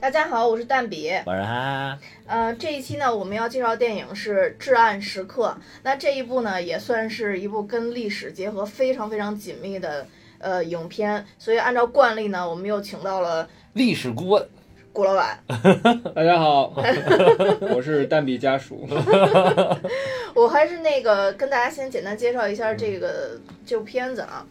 大家好，我是蛋比。晚上哈，呃，这一期呢，我们要介绍的电影是《至暗时刻》。那这一部呢，也算是一部跟历史结合非常非常紧密的呃影片。所以按照惯例呢，我们又请到了历史顾问古老板。大 家好，我是蛋比家属。我还是那个跟大家先简单介绍一下这个这部片子啊。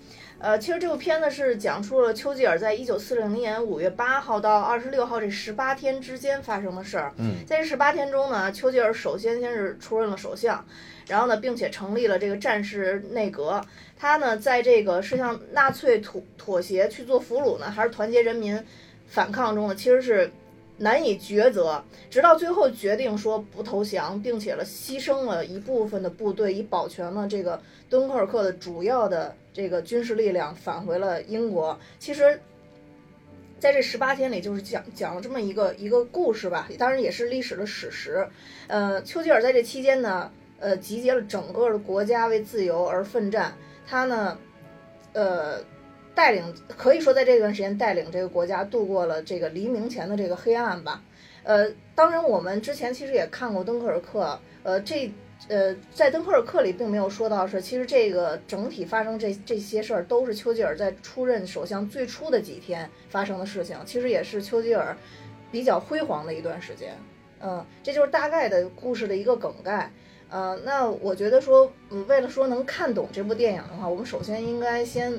呃，其实这部片子是讲述了丘吉尔在一九四零年五月八号到二十六号这十八天之间发生的事儿。嗯，在这十八天中呢，丘吉尔首先先是出任了首相，然后呢，并且成立了这个战时内阁。他呢，在这个是向纳粹妥妥协去做俘虏呢，还是团结人民反抗中呢，其实是难以抉择，直到最后决定说不投降，并且了牺牲了一部分的部队，以保全了这个敦刻尔克的主要的这个军事力量返回了英国。其实，在这十八天里，就是讲讲了这么一个一个故事吧，当然也是历史的史实。呃，丘吉尔在这期间呢，呃，集结了整个的国家为自由而奋战。他呢，呃，带领可以说在这段时间带领这个国家度过了这个黎明前的这个黑暗吧。呃，当然我们之前其实也看过敦刻尔克，呃，这呃在敦刻尔克里并没有说到是，其实这个整体发生这这些事儿都是丘吉尔在出任首相最初的几天发生的事情，其实也是丘吉尔比较辉煌的一段时间。嗯，这就是大概的故事的一个梗概。呃，那我觉得说，嗯，为了说能看懂这部电影的话，我们首先应该先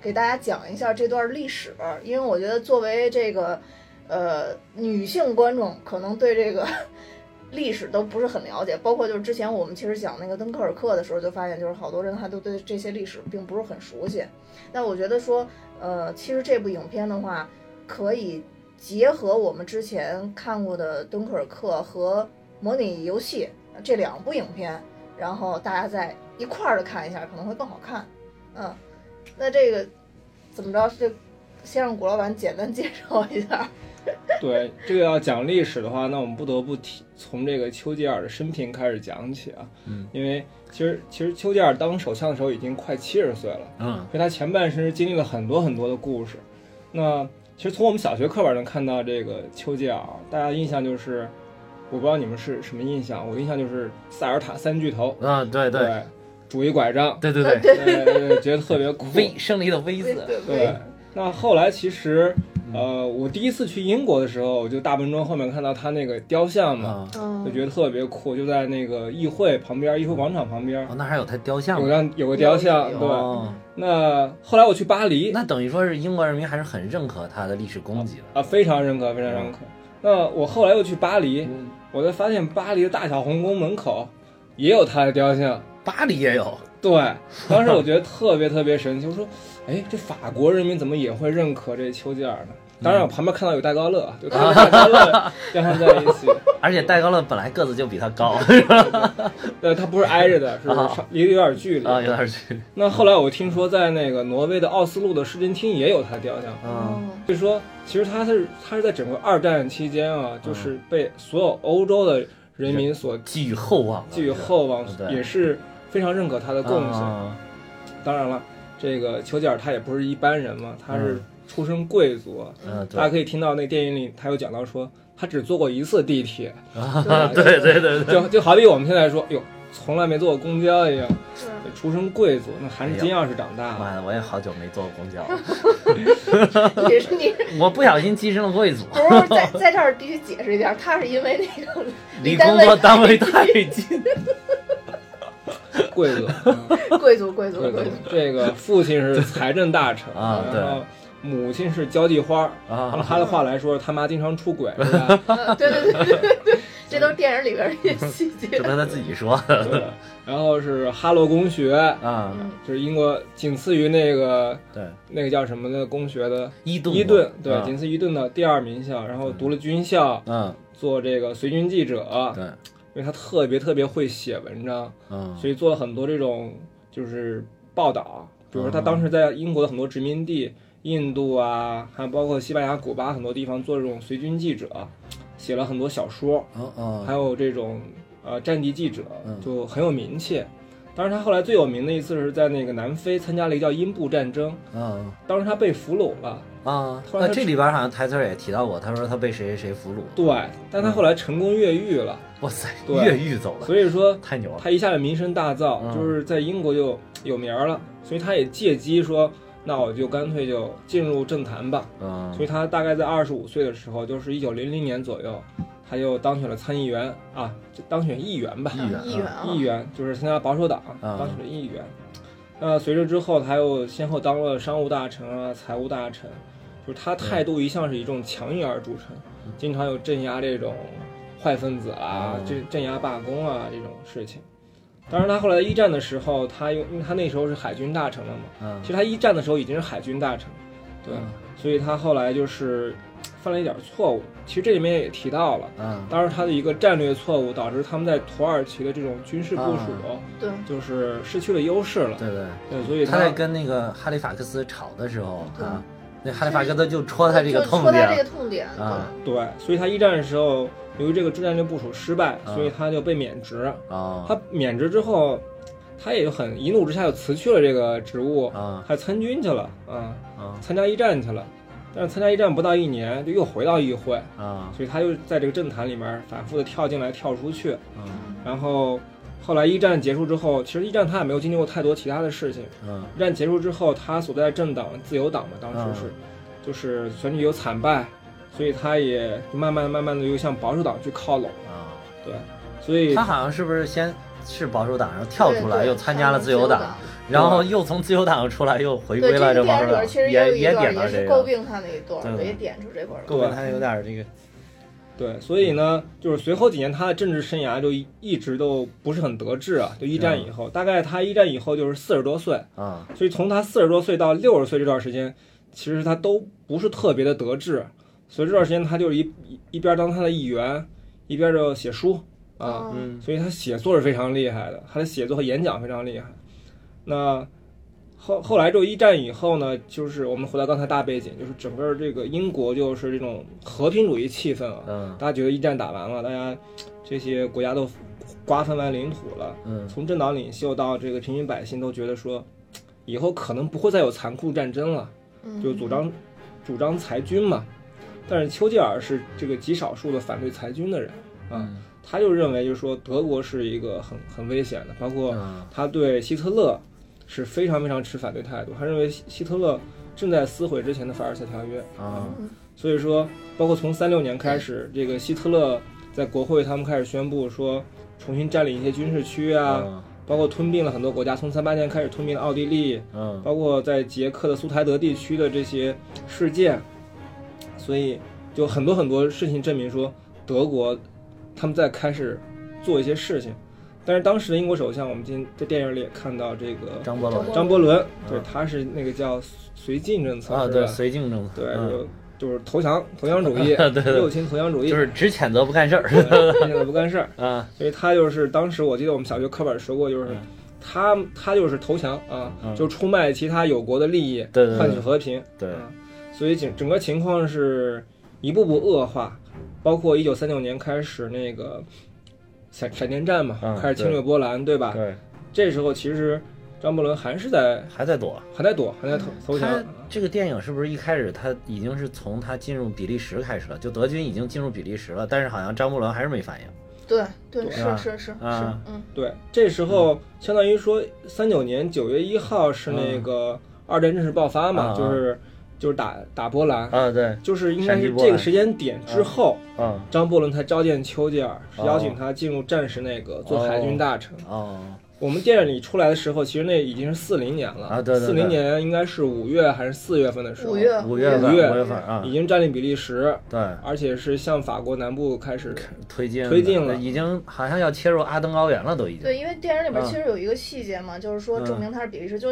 给大家讲一下这段历史，因为我觉得作为这个呃女性观众，可能对这个 历史都不是很了解，包括就是之前我们其实讲那个敦刻尔克的时候，就发现就是好多人他都对这些历史并不是很熟悉。那我觉得说，呃，其实这部影片的话，可以结合我们之前看过的《敦刻尔克》和《模拟游戏》这两部影片，然后大家再一块儿的看一下，可能会更好看。嗯，那这个怎么着？这先让古老板简单介绍一 下。对，这个要讲历史的话，那我们不得不提从这个丘吉尔的生平开始讲起啊。嗯，因为其实其实丘吉尔当首相的时候已经快七十岁了，嗯，所以他前半生经历了很多很多的故事。那其实从我们小学课本能看到这个丘吉尔，大家印象就是，我不知道你们是什么印象，我印象就是塞尔塔三巨头，啊，对对，对，拄一拐杖 对对对对对对，觉得特别酷。 ，V 胜利的 V 字，对，那后来其实，呃，我第一次去英国的时候，我就大笨钟后面看到他那个雕像嘛，啊，嗯就，觉得特别酷，就在那个议会旁边，议会广场旁边哦，那还有他雕像有呢，张有个雕像。有对，哦，那后来我去巴黎那等于说是英国人民还是很认可他的历史功绩的，啊，非常认可，非常认可。那我后来又去巴黎，嗯我才发现巴黎的大小皇宫门口也有他的雕像。巴黎也有，对，当时我觉得特别特别神奇，我说，哎，这法国人民怎么也会认可这丘吉尔呢？嗯当然，我旁边看到有戴高乐，啊就他跟戴 高乐跟他们在一起，而且戴高乐本来个子就比他 高呃，他不是挨着的，是啊上离得有点距离。啊，有点距离，那后来我听说，在那个挪威的奥斯陆的市政厅也有他的雕像，嗯，所以说，其实他是他是在整个二战期间嗯啊，就是被所有欧洲的人民所寄予厚望啊，寄予厚望嗯，对也是非常认可他的这贡献。啊当然了，这个丘吉尔他也不是一般人嘛，他是嗯出身贵族啊。嗯，大家对，可以听到那电影里他有讲到说，他只坐过一次地铁， 啊 对对对对，就就好比我们现在说，哟，从来没坐过公交一样。是出身贵族，那还是金钥匙长大 的。妈的，我也好久没坐过公交了， 也哦是 你我不小心跻身了贵族，不是在在这儿必须解释一下，他是因为那个 离离工单作位单位太近，贵族，嗯贵族贵族贵族贵族，。这个父亲是财政大臣啊对然后母亲是交际花儿。啊按。他的话来说，他妈经常 出轨，是吧？嗯对对对对对对，这都是电影里边的一些细节这。嗯都是他自己说的对然后是哈罗公学，啊，嗯，就是英国仅次于那个对，那个叫什么的公学的伊顿嘛伊顿，对，啊仅次于伊顿的第二名校。然后读了军校，嗯，做这个随军记者，对，因为他特别特别会写文章，嗯，所以做了很多这种就是报道，比如说他当啊时在英国的很多殖民地，印度啊，还有包括西班牙、古巴很多地方做这种随军记者，写了很多小说，哦哦，还有这种呃战地记者嗯，就很有名气。当然，他后来最有名的一次是在那个南非参加了一个叫英布战争，嗯当时他被俘虏了，啊，突那然他这里边好像台词儿也提到过，他说他被谁谁谁俘虏，对，但他后来成功越狱了，哇塞，对越狱走了，所以说太牛了，他一下子名声大嗯噪，就是在英国就有名儿了，所以他也借机说，那我就干脆就进入政坛吧。所嗯以他大概在二十五岁的时候，就是一九零零年左右，他又当选了参议员啊，就当选议员吧，议员议员啊，议员就是参加保守党，嗯当选了议员。那随着之后，他又先后当了商务大臣啊、财务大臣，就是他态度一向是以这种强硬而著称，经常有镇压这种坏分子啊嗯、镇镇压罢工啊这种事情。当然，他后来一战的时候，他用因为他那时候是海军大臣了嘛，嗯其实他一战的时候已经是海军大臣，对，嗯所以他后来就是犯了一点错误。其实这里面也提到了，嗯当时他的一个战略错误导致他们在土耳其的这种军事部署对，就是失去了优势了。对啊对。对，所以他在跟那个哈利法克斯吵的时候对啊，那哈利法克斯就戳他这个就痛戳他这个点，痛点，啊对，所以他一战的时候由于这个战略部署失败，嗯所以他就被免职。啊他免职之后，他也就很一怒之下就辞去了这个职务，啊还参军去了，嗯，啊参加一战去了。但是参加一战不到一年，就又回到议会，啊所以他就在这个政坛里面反复的跳进来跳出去，嗯然后后来一战结束之后，其实一战他也没有经历过太多其他的事情。嗯一战结束之后，他所在的政党自由党嘛，当时是，就是选举有惨败，所以他也就慢慢慢慢的又向保守党去靠拢。啊，对，所以他好像是不是先是保守党，然后跳出来又参加了自由党，，对然后又从自由党出来又回对归这了个保电影守里党边，其实有也一段点也到是这诟个，嗯病他那一段儿，对也点出这块儿了。诟病他有点这个，对，所以呢，就是随后几年他的政治生涯就一一直都不是很得志啊。就一战以后，大概他一战以后就是四十多岁，嗯所以从他四十多岁到六十岁这段时间，其实他都不是特别的得志，所以这段时间他就是一一一边当他的议员，一边就写书啊，嗯，嗯所以他写作是非常厉害的，他的写作和演讲非常厉害。那后后来这一战以后呢，就是我们回到刚才大背景，就是整个这个英国就是这种和平主义气氛啊，嗯大家觉得一战打完了，大家这些国家都瓜分完领土了。嗯从政党领袖到这个平民百姓都觉得说，以后可能不会再有残酷战争了，嗯就主张主张裁军嘛。但是丘吉尔是这个极少数的反对裁军的人啊，嗯他就认为就是说德国是一个很很危险的，包括嗯他对希特勒是非常非常持反对态度，他认为希希特勒正在撕毁之前的凡尔赛条约啊嗯所以说，包括从三六年开始，这个希特勒在国会他们开始宣布说重新占领一些军事区啊，嗯包括吞并了很多国家，从三八年开始吞并了奥地利，嗯包括在捷克的苏台德地区的这些事件，所以就很多很多事情证明说德国他们在开始做一些事情，但是当时的英国首相，我们今天在电影里也看到这个张伯伦张伯伦，对嗯，他是那个叫绥靖政策啊是吧对绥靖政策对， 嗯，就就是投降投降主 义对对右倾投降主义，就是只谴责不干事儿对现在不干事儿。啊所以他就是当时我记得我们小学课本说过，就是嗯他他就是投降啊嗯，就出卖其他友国的利益 对对换取对和平。对啊所以整整个情况是一步步恶化，包括一九三九年开始那个闪闪电战嘛嗯，开始侵略波兰，对吧？对这时候其实张伯伦还是在还在躲还在躲，还在投投降啊他。这个电影是不是一开始他已经是从他进入比利时开始了？就德军已经进入比利时了，但是好像张伯伦还是没反应。对对对是吧是是是，啊嗯对，这时嗯候相当于说，三九年九月一号是那个二战正式爆发嘛，嗯就是就是打打波兰，啊，对，就是应该闪击是波兰这个时间点之后，嗯，张伯伦才召见丘吉尔，是哦邀请他进入战时内阁做海军大臣。哦，我们电影里出来的时候，其实那已经是四零年了啊对对对四零年应该是五月还是四月份的时候，五月五月份，五月嗯五月份啊已，经占领比利时，对，而且是向法国南部开始。推进推进了已经好像要切入阿登高原了，都已经。对，因为电影里边啊其实有一个细节嘛，就是说证嗯明他是比利时。就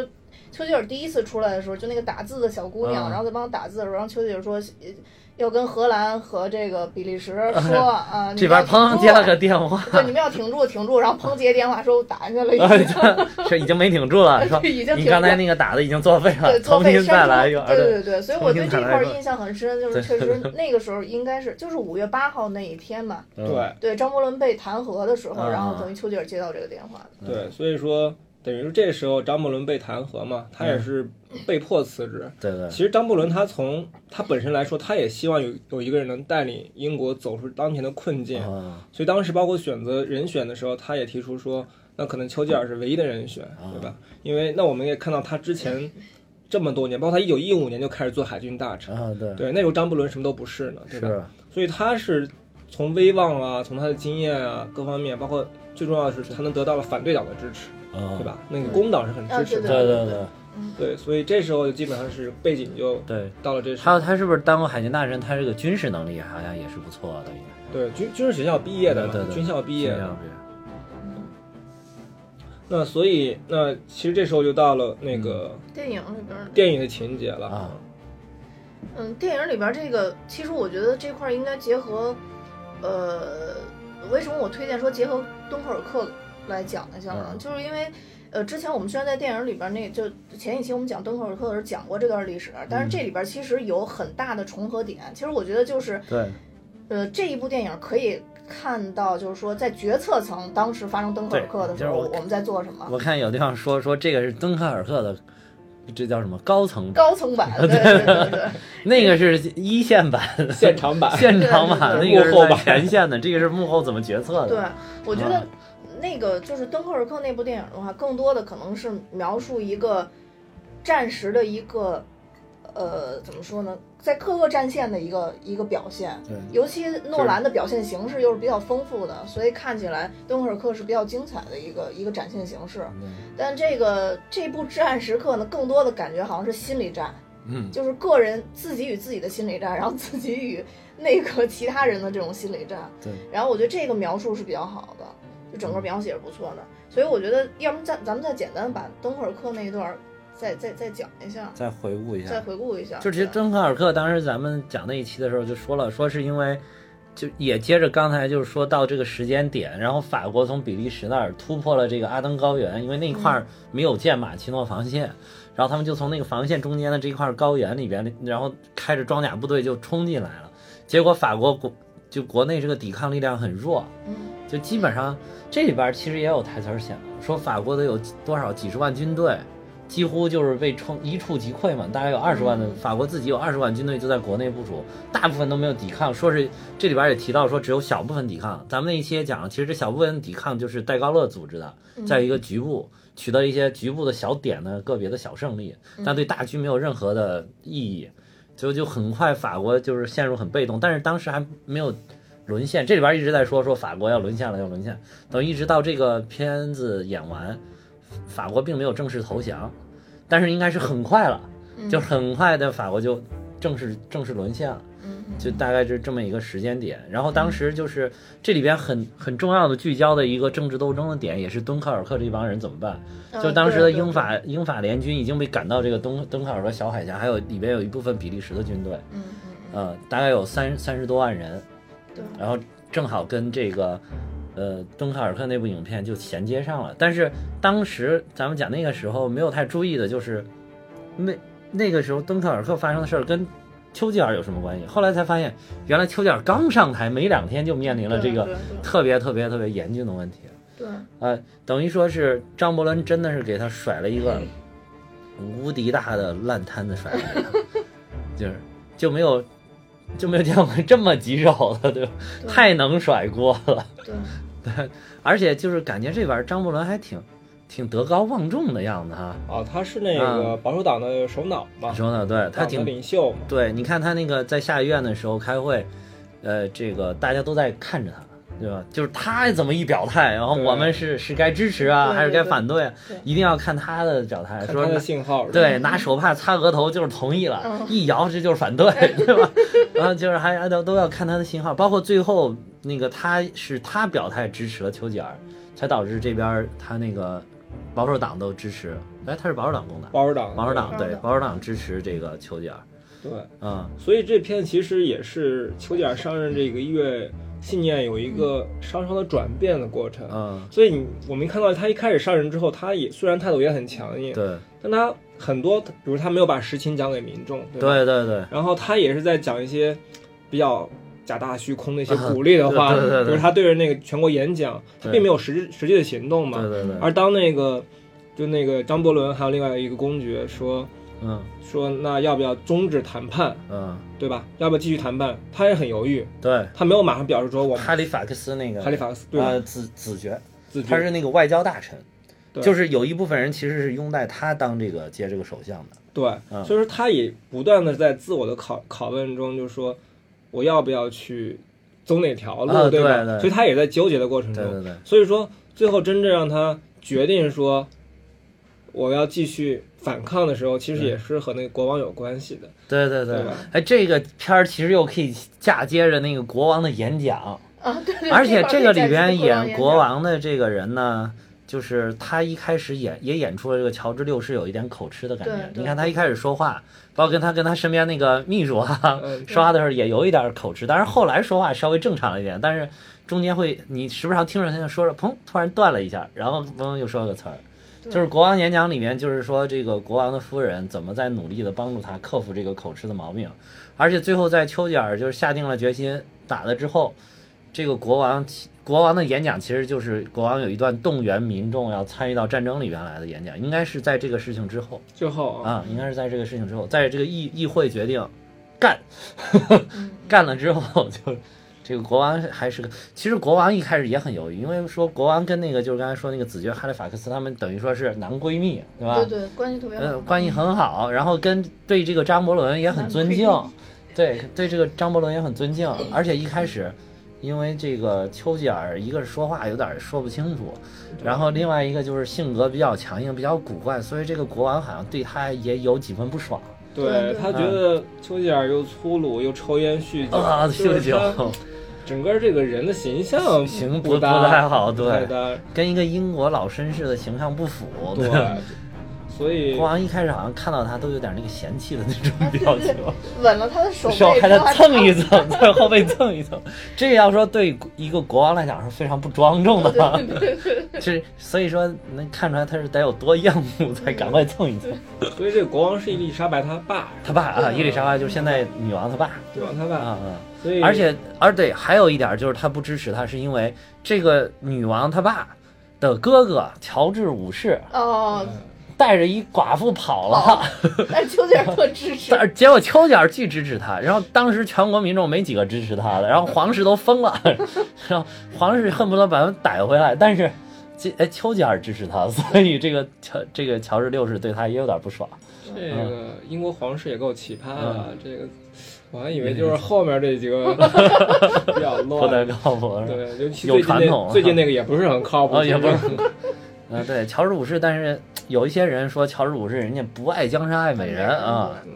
丘吉尔第一次出来的时候，就那个打字的小姑娘，啊然后在帮他打字的时候，然后丘吉尔说呃要跟荷兰和这个比 利时说啊，你这们要边挺砰住接了个电话，对， 你们要挺住，挺住，然后砰接电话说我打下去了，哎已经是已经没挺住了，说对 已经你挺刚才住那个打的已经作废了， 对，作重废新再删来除一个。啊对对对对，所以我重对新这再来块儿一个印象很深， 就是确实那个时候应该是就是五月八号那一天嘛，嗯对，对，张伯伦被弹劾的时候，然后啊嗯等于丘吉尔接到这个电话的，对，所以说，等于是这时候张伯伦被弹劾嘛，他也是被迫辞职。嗯对对其实张伯伦他从他本身来说，他也希望有有一个人能带领英国走出当前的困境，啊所以当时包括选择人选的时候，他也提出说，那可能丘吉尔是唯一的人选，啊对吧？因为那我们也看到他之前这么多年，包括他一九一五年就开始做海军大臣，啊对对，那时候张伯伦什么都不是呢，对吧？是所以他是从威望啊，从他的经验啊各方面，包括最重要的是他能得到了反对党的支持，嗯对吧？那个工党是很支持对他的，对对啊对所以这时候基本上是背景就对。到了这时还有候，他是不是当过海军大臣？他这个军事能力好像也是不错的，应该对军军事学校毕业的嘛，对对对军校毕业是这样的，子那所以那其实这时候就到了那嗯个电影里边儿，电影的情节了啊，嗯，电影里边儿这个，其实我觉得这块儿应该结合，呃，为什么我推荐说结合敦刻尔克来讲一下呢？嗯就是因为，呃，之前我们虽然在电影里边儿那就前一期我们讲敦刻尔克的时候讲过这段历史，但嗯是这里边儿其实有很大的重合点。其实我觉得就是，对，呃，这一部电影可以看到，就是说在决策层当时发生敦刻尔克的时候，对就是我我们在做什么。我看有地方说说这个是敦刻尔克的，这叫什么高层版？高层版，对对对对，那个是一线版、现场 版现场版，对那对对个是幕后在版前线的，这个是幕后怎么决策对的？，我觉得啊那个就是敦刻尔克那部电影的话，更多的可能是描述一个战时的一个，呃，怎么说呢，在各个战线的一个一个表现。对尤其诺兰的表现形式又是比较丰富的，所以看起来敦刻尔克是比较精彩的一个一个展现形式。嗯但这个这部《至暗时刻》呢，更多的感觉好像是心理战，嗯，就是个人自己与自己的心理战，然后自己与那个其他人的这种心理战。对，嗯然后我觉得这个描述是比较好的，就整个描写是不错的。所以我觉得，要不再咱们再简单把敦刻尔克那一段儿再再再讲一下，再回顾一再下，回顾一下。就其实对敦刻尔克当时咱们讲那一期的时候就说了，说是因为。就也接着刚才就是说到这个时间点，然后法国从比利时那儿突破了这个阿登高原，因为那一块儿嗯没有建马奇诺防线，然后他们就从那个防线中间的这一块高原里边，然后开着装甲部队就冲进来了。结果法国国就国内这个抵抗力量很弱，嗯就基本上这里边其实也有台词儿写了，说法国的有多少几十万军队，几乎就是被冲一触即溃嘛，大概有二十万的嗯法国自己有二十万军队就在国内部署，大部分都没有抵抗。说是这里边也提到说只有小部分抵抗，咱们那一期也讲了，其实这小部分抵抗就是戴高乐组织的，嗯在一个局部取得一些局部的小点的个别的小胜利，嗯但对大局没有任何的意义，就就很快法国就是陷入很被动，但是当时还没有沦陷，这里边一直在说说法国要沦陷了，要沦陷，等一直到这个片子演完，法国并没有正式投降，但是应该是很快了，嗯就很快的法国就正式正式沦陷了。嗯就大概是这么一个时间点。然后当时就是这里边很很重要的聚焦的一个政治斗争的点，也是敦刻尔克这帮人怎么办？嗯就当时对的对英法英法联军已经被赶到这个敦敦刻尔克小海峡，还有里边有一部分比利时的军队，嗯嗯呃，大概有三三十多万人，对然后正好跟这个。呃，敦刻尔克那部影片就衔接上了，但是当时咱们讲那个时候没有太注意的，就是那那个时候敦刻尔克发生的事儿跟丘吉尔有什么关系？后来才发现，原来丘吉尔刚上台没两天就面临了这个对特别特别特别严峻的问题。对呃，等于说是张伯伦真的是给他甩了一个嗯无敌大的烂摊子甩 过来的，就是就没有就没有见过这么棘手的，对吧？对太能甩锅了，对对而且就是感觉这玩意儿张伯伦还挺挺德高望重的样子哈。啊，他是那个保守党的首脑啊嘛，说呢，对嗯他党的挺领袖嘛，对，你看他那个在下议院的时候开会，呃，这个大家都在看着他，对吧？就是他怎么一表态，然后对我们是是该支持啊，对还是该对反对啊对？一定要看他的表态，看说他的拿信号，对，拿手帕擦额头就是同意了，嗯一摇这就是反对，对吧？然后就是还还都都要看他的信号，包括最后那个他是他表态支持了丘吉尔，才导致这边儿他那个保守党都支持，哎，他是保守党工党。保守党，保守党保守对党保守党支持这个丘吉尔，对。嗯，所以这片其实也是丘吉尔上任这个月信念有一个稍稍的转变的过程。嗯，所以你我们看到他一开始上任之后，他也虽然态度也很强硬，对但他很多，比如他没有把实情讲给民众，对吧对对对，然后他也是在讲一些比较假大虚空的一些鼓励的话，啊对对对对比如他对着那个全国演讲，他对并没有实际实际的行动嘛。对对对，而当那个就那个张伯伦还有另外一个公爵说嗯说那要不要终止谈判，嗯，对吧？要不要继续谈判？他也很犹豫，对，他没有马上表示说我们哈利法克斯那个哈利法克斯对呃子子爵，自觉他是那个外交大臣，对就是有一部分人其实是拥戴他当这个接这个首相的。对，嗯所以说他也不断的在自我的拷拷问中，就说我要不要去走哪条路，啊吧？对对所以他也在纠结的过程中。对对对，所以说最后真正让他决定说我要继续反抗的时候，其实也是和那个国王有关系的。对对对对吧，哎，这个片儿其实又可以嫁接着那个国王的演讲，啊，对对，而且这个里边边演国王的这个人呢，就是他一开始演也演出了这个乔治六世有一点口吃的感觉对。对你看他一开始说话，包括跟他跟他身边那个秘书啊嗯说话的时候也有一点口吃，但是后来说话稍微正常了一点，但是中间会你时不常听着他就说着，砰，突然断了一下，然后砰又说了个词儿。对就是国王演讲里面，就是说这个国王的夫人怎么在努力的帮助他克服这个口吃的毛病，而且最后在丘吉尔就是下定了决心打了之后，这个国王其国王的演讲其实就是国王有一段动员民众要参与到战争里边来的演讲，应该是在这个事情之后最后啊，啊，应该是在这个事情之后，在这个议议会决定干嗯干了之后， 就这个国王还是个，其实国王一开始也很犹豫，因为说国王跟那个就是刚才说那个子爵哈利法克斯他们等于说是男闺蜜，对吧？对对，关系特别好嗯，，关系很好，然后跟对这个张伯伦也很尊敬男闺，对对这个张伯伦也很尊敬，而且一开始，因为这个丘吉尔一个是说话有点说不清楚，然后另外一个就是性格比较强硬，比较古怪，所以这个国王好像对他也有几分不爽对对对他觉得丘吉尔又粗鲁又抽烟酗酒，啊，就秀是秀他整个这个人的形象行不不不太好，不太对，搭，跟一个英国老绅士的形象不符，对，所以国王一开始好像看到他都有点那个嫌弃的那种啊对表对情。吻了他的 手背，手还得然后蹭一蹭， 在后背蹭一蹭，这要说对一个国王来讲是非常不庄重的嘛。 就是所以说能看出来他是得有多厌恶才赶快蹭一蹭。所以这个国王是伊丽莎白她爸，他爸啊，伊丽莎白就是现在女王他爸对吧？他爸，啊嗯。所以而且而对，还有一点就是他不支持他，是因为这个女王他爸的哥哥乔治五世 哦，带着一寡妇跑了。但是丘吉尔特支持但，是结果丘吉尔巨支持他，然后当时全国民众没几个支持他的，然后皇室都疯了，然后皇室恨不得把他们逮回来，但是这哎丘吉尔支持他，所以这个乔这个乔治六世对他也有点不爽。这个英国皇室也够奇葩的嗯啊，这个我还以为就是后面这 几个比较不太乱，靠谱。是吧对，尤其有最近传统那最近那个也不是很靠 谱，哦也不是其实嗯，对，乔治五世，但是有一些人说乔治五世人家不爱江山爱美人啊，嗯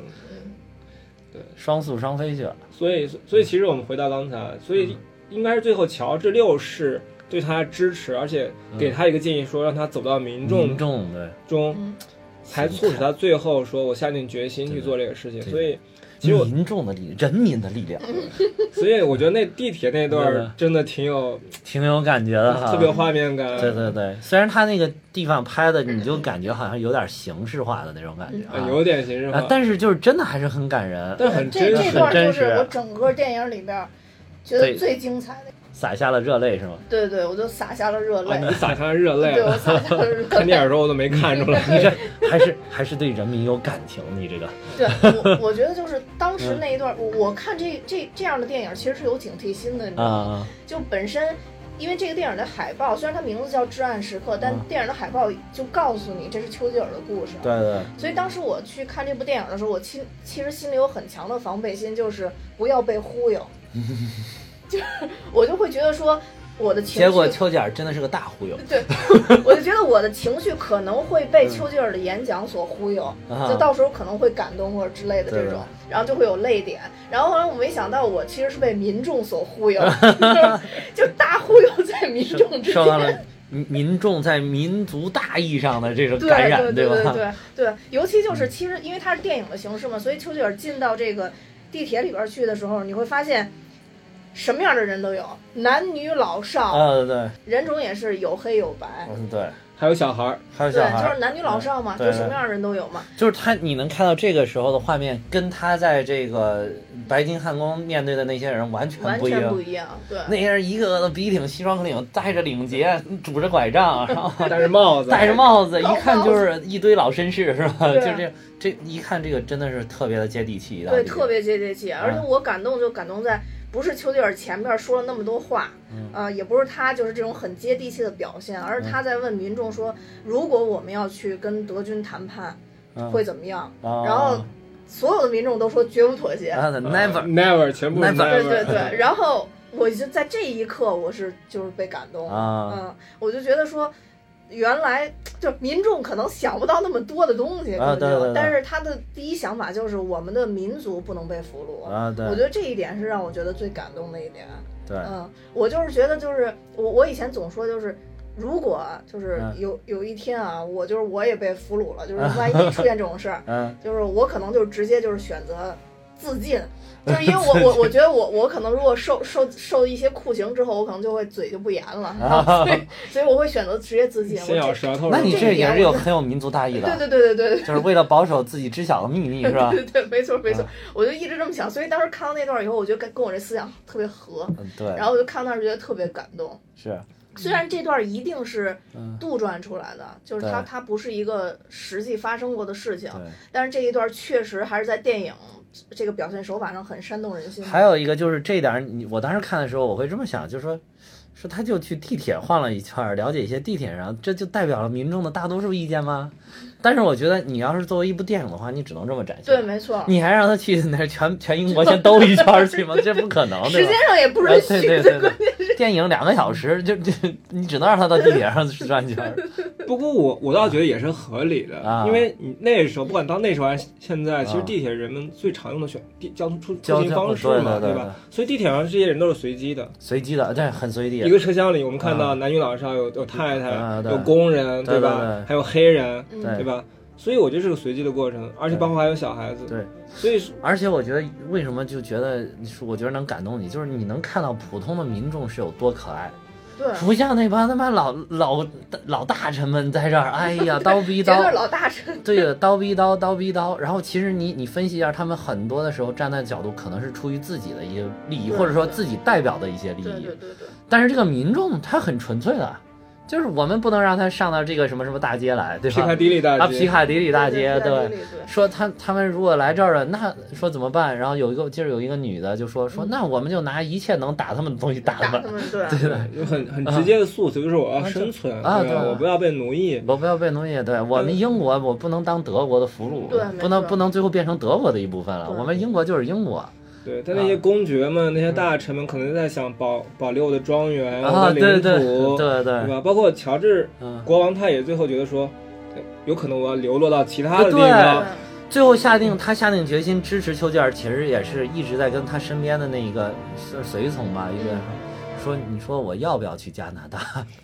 双宿双飞去了。所以所以其实我们回到刚才，所嗯以应该是最后乔治六世对他的支持，而且给他一个建议说让他走到民众民众对，中，嗯才促使他最后说我下定决心去做这个事情，嗯所以。其实我嗯民众的力，人民的力量， 所以我觉得那地铁那段对儿的啊真的挺有挺有感觉的哈。特别有画面感，对对对，虽然他那个地方拍的，你就感觉好像有点形式化的那种感觉啊啊，嗯有点形式啊化，，但是就是真的还是很感人，但很这真这实。段就很真是实我整个电影里边觉得对最精彩的，洒下了热泪是吗？对对，我就洒下了热啊，泪你，洒下热泪对我了，洒下了热 看泪电。影的时候我都没看出来。你这还是还是对人民有感情，你这个对我，我觉得就是当时那一段，我我看这这这样的电影其实是有警惕心的，你嗯知道吗？啊，就本身，因为这个电影的海报虽然它名字叫《至暗时刻》，但嗯电影的海报就告诉你这是丘吉尔的故事。对对，所以当时我去看这部电影的时候，我其其实心里有很强的防备心，就是不要被忽 悠，就是我就会觉得说我的情绪，结果丘吉尔真的是个大忽悠，对，我就觉得我的情绪可能会被丘吉尔的演讲所忽悠，嗯啊就到时候可能会感动或者之类的这对种的，然后就会有泪点。然后后来我没想到，我其实是被民众所忽 悠，就大忽悠在民众之受到间。了民民众在民族大义上的这种对感染，对对对吧？嗯对对，尤其就是其实因为它是电影的形式嘛，所以丘吉尔进到这个地铁里边去的时候，你会发现什么样的人都有，男女老少，啊对对人种也是有黑有白。嗯对，还有小孩儿，还有对小，孩就儿是，男女老少嘛，嗯就对什么样的人都有嘛。就是他，你能看到这个时候的画面，跟他在这个白金汉宫面对的那些人完全完不一全样不。一样，对，那些人一个个都笔挺西装革领，戴着领结，拄着拐杖，然后戴着帽子，戴着帽子，老一看就是一堆老绅士，是吧？ 对就这这一看，这个真的是特别的接地气的。对，这个嗯特别接地气。而且我感动就感动在不是丘吉尔前面说了那么多话，嗯呃，也不是他就是这种很接地气的表现，而是他在问民众说，如果我们要去跟德军谈判，嗯会怎么样？啊然后所有的民众都说绝不妥协，啊，never，嗯呃 never 全部是对 Never 对 never，对。然后我就在这一刻，我是就是被感动了，啊嗯，我就觉得说。原来就民众可能想不到那么多的东西，啊可能就对对对但是他的第一想法就是我们的民族不能被俘虏，啊，嗯我觉对得这一点是让我觉得最感动的一点。对，嗯，我就是觉得就是我我以前总说就是。如果啊就是嗯，有有一天啊，我就是我也被俘虏了，就是万一出现这种事儿嗯就是我可能就直接就是选择自尽， 就是因为我我我觉得我我可能如果受受受一些酷刑之后，我可能就会嘴就不严了，啊，所以我会选择直接自尽。 先咬我这舌头，那你这这一点我也是有觉得很有民族大义对的，对对对对对就是为了保守自己知晓的秘密，是吧？对对，没错没错啊，我就一直这么想，所以当时看到那段以后，我觉得跟跟我这思想特别合，嗯，对然，后我就看到那儿觉得特别感动。是，虽然这段一定是嗯，杜撰出来的，就是它对它不是一个实际发生过的事情，对。但是这一段确实还是在电影这个表现手法上很煽动人心。还有一个就是这点儿，你我当时看的时候，我会这么想，就是说，说他就去地铁晃了一圈儿，了解一些地铁上，这就代表了民众的大多数意见吗？但是我觉得你要是作为一部电影的话，你只能这么展现。对，没错，你还让他去那儿全全英国先兜一圈儿去吗？这不可能，时对吧间？上也不啊允许。对对对对，电影两个小时，就就你只能让他到地铁上转圈儿。不过我我倒觉得也是合理的，啊因为你那时候不管到那时候还是现在，啊其实地铁人们最常用的选地交通出交出行方式对嘛，对对吧？所以地铁上这些人都是随机的，随机的，对，很随一意。个车厢里我们看到男女老少有有太太、啊对有工人，对吧？对对还有黑人，嗯对对吧？所以我觉得是个随机的过程，而且包括还有小孩子，对，所以是而且我觉得为什么就觉得，我觉得能感动你，就是你能看到普通的民众是有多可爱。对， 不像那帮他妈老老老大臣们在这 儿，哎呀，刀逼绝 刀对，是老大臣。对的，刀逼刀，刀逼刀。然后其实你你分析一下，他们很多的时候站在角度，可能是出于自己的一些利益，对或者说对自己代表的一些利对益对。对对，但是这个民众他很纯粹的，就是我们不能让他上到这个什么什么大街来，对皮卡吧？迪里大啊，街，皮卡迪里大对对街，对对。对 对说他他们如果来这儿了，那说怎么办？然后有一个就是有一个女的就说说，那我们就拿一切能打他们的东西打嗯打他他们，们对。对的。有很很直接的诉求，就是我要生存，啊对吧？对我不要被奴役。我不要被奴役，对我们英国，我不能当德国的俘对虏，没不能错不能最后变成德国的一部分了。对我们英国就是英国对，但那啊些公爵们、那些大臣们，可能在想保保留我的庄园、我嗯啊，的对领对土，对对对，吧？包括乔治嗯，国王，他也最后觉得说，呃有可能我要流落到其他的地对方，最后下定他下定决心支持丘吉尔，其实也是一直在跟他身边的那一个是随从吧，一个嗯说你说我要不要去加拿大？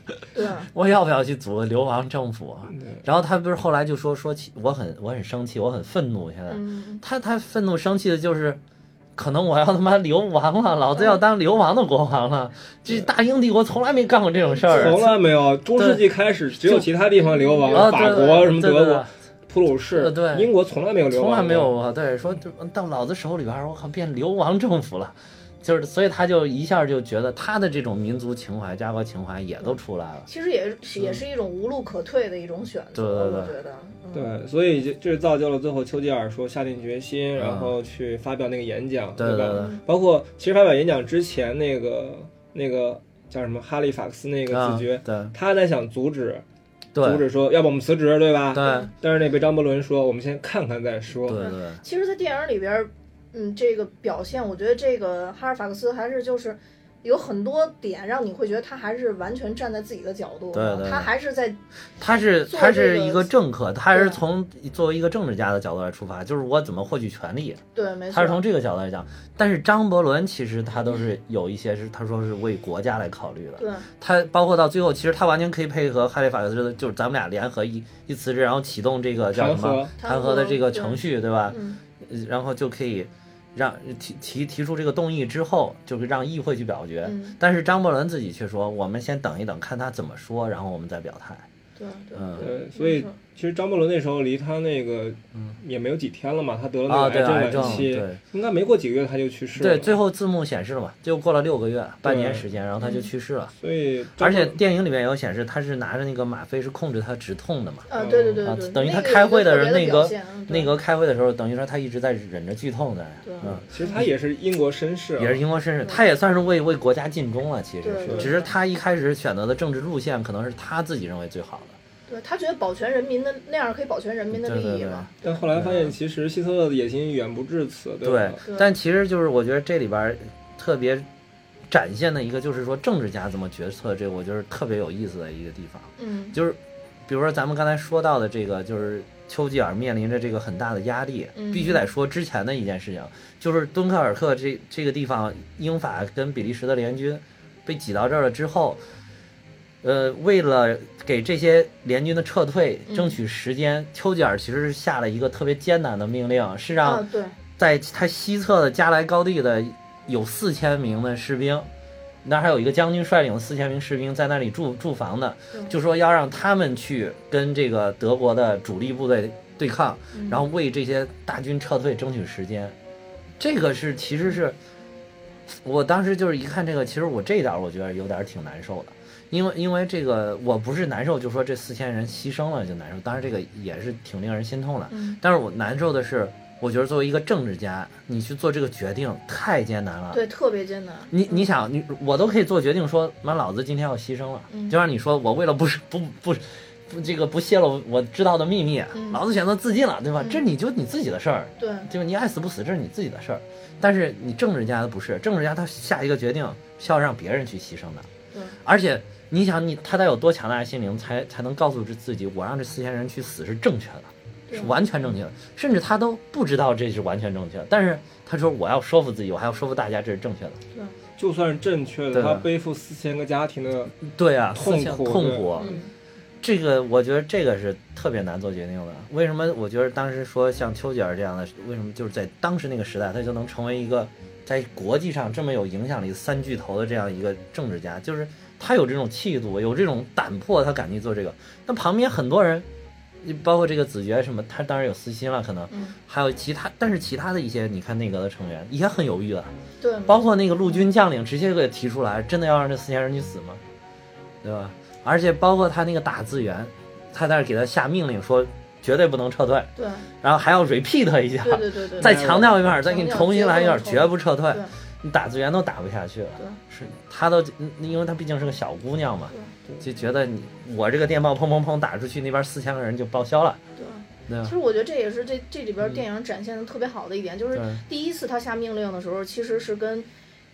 对，我要不要去组个流亡政府？嗯然后他不是后来就说说起我很我很生气，我很愤怒，现在嗯，他他愤怒生气的就是，可能我要他妈流亡了，老子要当流亡的国王了。这大英帝国从来没干过这种事儿从。来没有，中世纪开始只有其他地方流啊，对亡，法对国、什么对德对国、普鲁士呃、对英国从来没有对流从亡，来没。有啊。对，说就到老子手里边儿，我靠，变流亡政府了。就是，所以他就一下就觉得他的这种民族情怀、家国情怀也都出来了。其实也是也是一种无路可退的一种选择，嗯对对我觉得。嗯对，所以就这造就了最后丘吉尔说下定决心，嗯然后去发表那个演讲，对对吧？对，包括其实发表演讲之前，那个那个叫什么哈利法克斯那个子爵，啊对他在想阻止，阻对止说要不我们辞职，对吧？对但是那被张伯伦说我们先看看再说。对对，其实，在电影里边儿，嗯，这个表现，我觉得这个哈尔法克斯还是就是有很多点让你会觉得他还是完全站在自己的角度，对对对他还是在他是做他这是个一个政客，他是对从作为一个政治家的角度来出发，就是我怎么获取权利。对，没错，他是从这个角度来讲，但是张伯伦其实他都是有一些是他说是为国家来考虑的，对他包括到最后，其实他完全可以配合哈利法克斯的，就是咱们俩联合一一辞职，然后启动这个叫什么弹弹劾劾的这个对程序，对吧？嗯，呃然后就可以让提提提出这个动议之后，就是让议会去表决。嗯但是张伯伦自己却说，我们先等一等，看他怎么说，然后我们再表态。对对嗯对，所以没错其实张伯伦那时候离他那个嗯也没有几天了嘛，他得了啊，那对，个癌癌症症晚，期，对应该没过几个月他就去世了。对，最后字幕显示了嘛，就过了六个月，半年对时间，然后嗯他就去世了。所以张而伯且电影里面也有显示，他是拿着那个吗啡是控制他止痛的嘛。呃，嗯对对对啊对对，等于那他个有开一会的个特别人的那表个现嗯对那个开会的时候，等于说他一直在忍着剧痛在，对嗯，其实他也是英国绅士、啊，也是英国绅对士，他也算是为为国家尽忠了，其实对是，对只是他一开始选择的政治路线可能是他自己认为最好的，对他觉得保全人民的那样可以保全人民的对对利益对嘛，但后来发现，其实希特勒的野心远不至此，吧？对但其实就是我觉得这里边儿特别展现的一个就是说政治家怎么决策，这个我觉得特别有意思的一个地方。嗯就是比如说咱们刚才说到的这个，就是丘吉尔面临着这个很大的压力，嗯必须得说之前的一件事情，就是敦刻尔克这这个地方，英法跟比利时的联军被挤到这儿了之后。呃，为了给这些联军的撤退嗯争取时间，丘吉尔其实是下了一个特别艰难的命令，是让啊对，在他西侧的加莱高地的有四千名的士兵，那还有一个将军率领四千名士兵在那里驻驻防的对，就说要让他们去跟这个德国的主力部队对抗，嗯然后为这些大军撤退争取时间。这个是其实是我当时就是一看这个，其实我这一点我觉得有点挺难受的。因为因为这个，我不是难受，就说这四千人牺牲了就难受，当然这个也是挺令人心痛的。嗯但是我难受的是，我觉得作为一个政治家，你去做这个决定太艰难了。对特别艰难，你你想，你我都可以做决定说，妈老子今天要牺牲了。嗯就像你说，我为了不是不不不这个不泄露我知道的秘密，嗯老子选择自尽了，对吧？嗯这你就你自己的事儿，对就是你爱死不死，这是你自己的事儿。但是你政治家不是，政治家他下一个决定是要让别人去牺牲的。对而且你想你，他得有多强大的心灵，才才能告诉自己，我让这四千人去死是正确的，对是完全正确的，甚至他都不知道这是完全正确的，但是他说我要说服自己，我还要说服大家这是正确的。就算是正确对的，他背负四千个家庭的，对啊，痛苦四千对痛苦，嗯这个我觉得这个是特别难做决定的。为什么我觉得当时说像丘吉尔这样的，为什么就是在当时那个时代，他就能成为一个在国际上这么有影响力的三巨头的这样一个政治家？就是他有这种气度，有这种胆魄，他敢去做这个。那旁边很多人，你包括这个子爵什么，他当然有私心了，可能嗯还有其他，但是其他的一些你看内阁的成员也很犹豫的，对包括那个陆军将领直接给提出来，真的要让这四千人去死吗？对吧？而且包括他那个打字员，他在那儿给他下命令说绝对不能撤退，对然后还要 repeat 一下，对对对对再强调一遍，再给你重新来一遍，强调绝不撤退对。你打字员都打不下去了，对是他都，因为他毕竟是个小姑娘嘛，就觉得你我这个电报砰砰砰打出去，那边四千个人就报销了，对。对吧其？实我觉得这也是这这里边儿电影展现的特别好的一点，就是嗯对第一次他下命令的时候，其实是跟，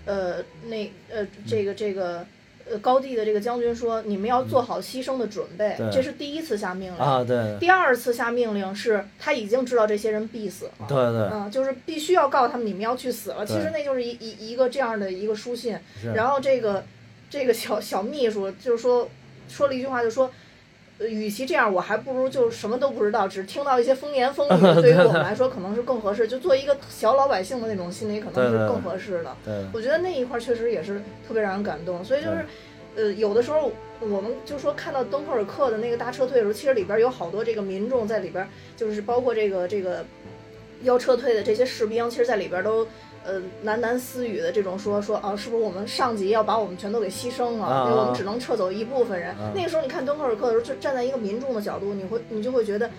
呃，那呃这个这个呃高地的这个将军说，你们要做好牺牲的准备嗯对，这是第一次下命令。啊，对第二次下命令是他已经知道这些人必死，对对嗯，就是必须要告诉他们你们要去死了。对其实那就是一一一个这样的一个书信，是，然后这个这个小小秘书就是说说了一句话，就说。呃与其这样，我还不如就什么都不知道，只听到一些风言风 语。对于我们来说，可能是更合适。就做一个小老百姓的那种心理，可能对是对更对合适的。对我觉得那一块儿确实也是特别让人感动。所以就是，呃，有的时候我们就说看到敦刻尔克的那个大撤退的时候，其实里边有好多这个民众在里边，就是包括这个这个要撤退的这些士兵，其实在里边都。呃，喃喃私语的这种说说啊，是不是我们上级要把我们全都给牺牲了？啊因为我们只能撤走一部分人。啊那个时候你看敦刻尔克的时候，就站在一个民众的角度，你会你就会觉得，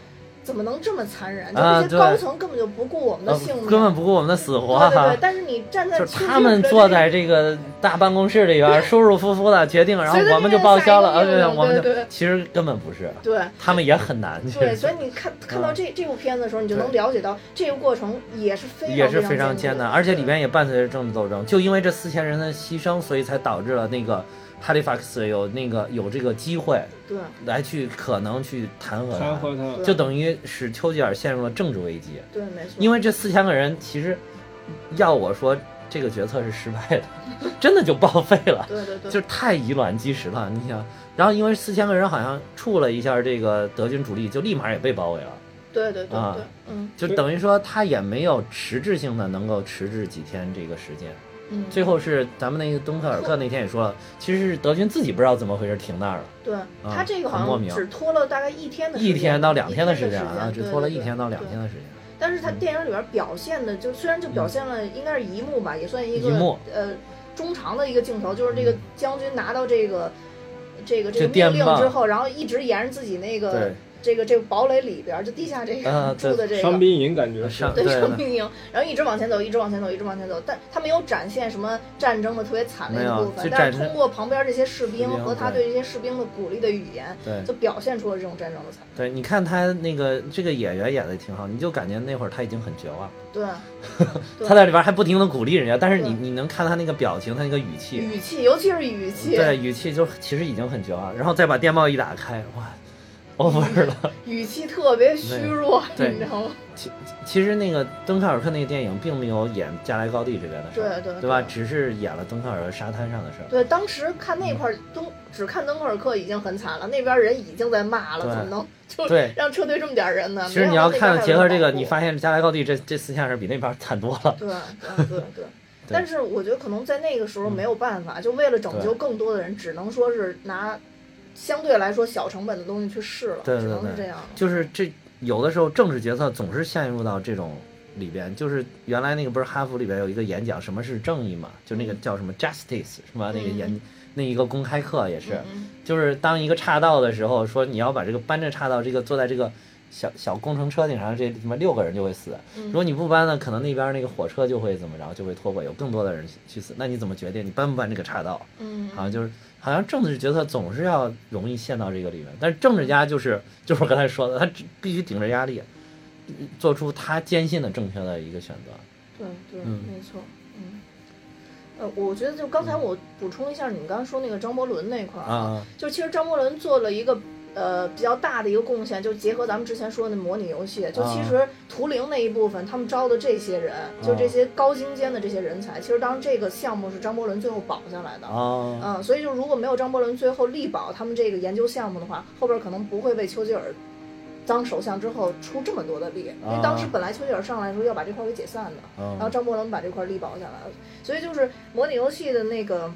怎么能这么残忍？就啊这些对高层根本就不顾我们的呃性命，根本不顾我们的死活对对哈对，。但是你站在就是丘吉他尔们的这坐个在这个大办公室里 边，舒舒服服的决定，然后随随我们就便便报销了。下啊，一个命令我们对就对其实根本不是，对他们也很难，就对，是所以你看看到嗯这这部片子的时候，你就能了解到这个过程也是非常也是非常艰艰难，难，而且里边也伴随着政治斗争。就因为这四千人的牺牲，所以才导致了那个哈利法克斯有那个有这个机会对来去可能去弹劾弹他，劾他。嗯就等于使丘吉尔陷入了政治危机。对没错，因为为这四千个人，其实要我说，这个决策是失败的， 真的就报废了。 对对对，就是太以卵击石了。你想，然后因为四千个人好像触了一下这个德军主力，就立马也被包围了，对对对啊对，嗯就等于说他也没有实质性的能够迟滞几天这个时间。嗯，最后是咱们那个敦刻尔克那天也说了，其实是德军自己不知道怎么回事停那儿了，对他这个嗯很好莫像名只拖了大概一天的时一间，天到两一天的时间啊，只对拖了对一对天到嗯两对天的时间。但是他电影里边表现的，就虽然就表现了应该是一幕吧，也算一个嗯一幕嗯呃中长的一个镜头，就是这个将军拿到这个这个这这个电命令棒之后，然后一直沿着自己那个对，这个这个堡垒里边就地下这啊 个对住的这伤个。兵营感觉是上对对伤兵营，然后一直往前走，一直往前走，一直往前走，但他没有展现什么战争的特别惨的没一有部分就，但展是示通过旁边这些士兵士兵和他对对这些士兵的鼓励的语言，对就表现出了这种战争的惨。对，你看他那个这个演员演的挺好，你就感觉那会儿他已经很绝望，对，啊对他在里边还不停的鼓励人家，但是你对你能看他那个表情，他那个语气，语气，尤其是语气，对，语气就其实已经很绝望，然后再把电报一打开，哇，over 嗯了。语气特别虚弱，对你知道吗？ 其实那个敦刻尔克那个电影并没有演加莱高地这边的事儿，对对吧？对只是演了敦刻尔克沙滩上的事儿。对，当时看那嗯块儿东，只看登克尔克已经很惨了，那边人已经在骂了，对怎么能就对，让车队这么点儿人呢？其实你要看结合这个，你发发现加莱高地这这四项是比那边惨多了。对对对对。但是我觉得可能在那个时候嗯没有办法，就为了拯救更多的人，只能说是拿相对来说小成本的东西去试了，对对只能是对这样了。嗯就是这有的时候政治决策总是陷入到这种里边，就是原来那个不是哈佛里边有一个演讲，什么是正义嘛？就嗯那个叫什么 justice 什么那个演、那一个公开课也是，嗯就是当一个岔道的时候，说你要把这个搬这岔道，这个坐在这个小小工程车顶上，这他妈六个人就会死。嗯如果你不搬呢，可能那边那个火车就会怎么着，就会脱轨，有更多的人去死。那你怎么决定你搬不搬这个岔道？嗯，好像就是好像政治决策总是要容易陷到这个里面，但是政治家就是就是我刚才说的，他只必须顶着压力，嗯做出他坚信的正确的一个选择。对对，嗯没错，嗯。呃，我觉得就刚才我补充一下你们刚刚说那个张伯伦那块儿啊，就其实张伯伦做了一个呃比较大的一个贡献，就结合咱们之前说的模拟游戏，就其实图灵那一部分他们招的这些人，就这些高精尖的这些人才，其实当时这个项目是张伯伦最后保下来的。哦，嗯，所以就如果没有张伯伦最后力保他们这个研究项目的话，后边可能不会为丘吉尔当首相之后出这么多的力，因为当时啊本来丘吉尔上来的时候要把这块儿给解散的，然后哦，张伯伦把这块力保下来了。所以就是模拟游戏的那个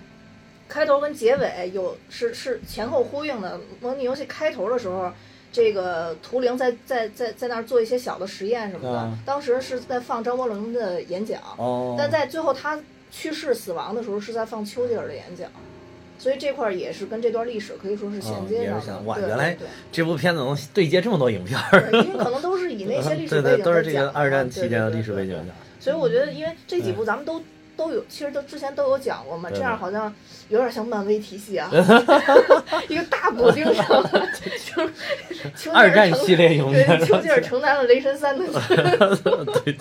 开头跟结尾有是是前后呼应的。模拟游戏开头的时候，这个图灵在在在在那儿做一些小的实验什么的，啊当时是在放张伯伦的演讲，哦，但在最后他去世死亡的时候是在放丘吉尔的演讲。所以这块儿也是跟这段历史可以说是衔接嗯也上是的。想哇对原来对这部片子能对接这么多影片儿，对对因为可能都是以那些历史 对背景对，都是在这讲个嘛二战对期对间的对历史对背对景讲。所以我觉得，因为这几对部咱们都都有，其实都之前都有讲过嘛，对这嗯对样好像有点像漫威体系 啊，一个大补丁上来，就是丘 吉尔二战承系列影片对，丘吉 尔承担了雷神三的，对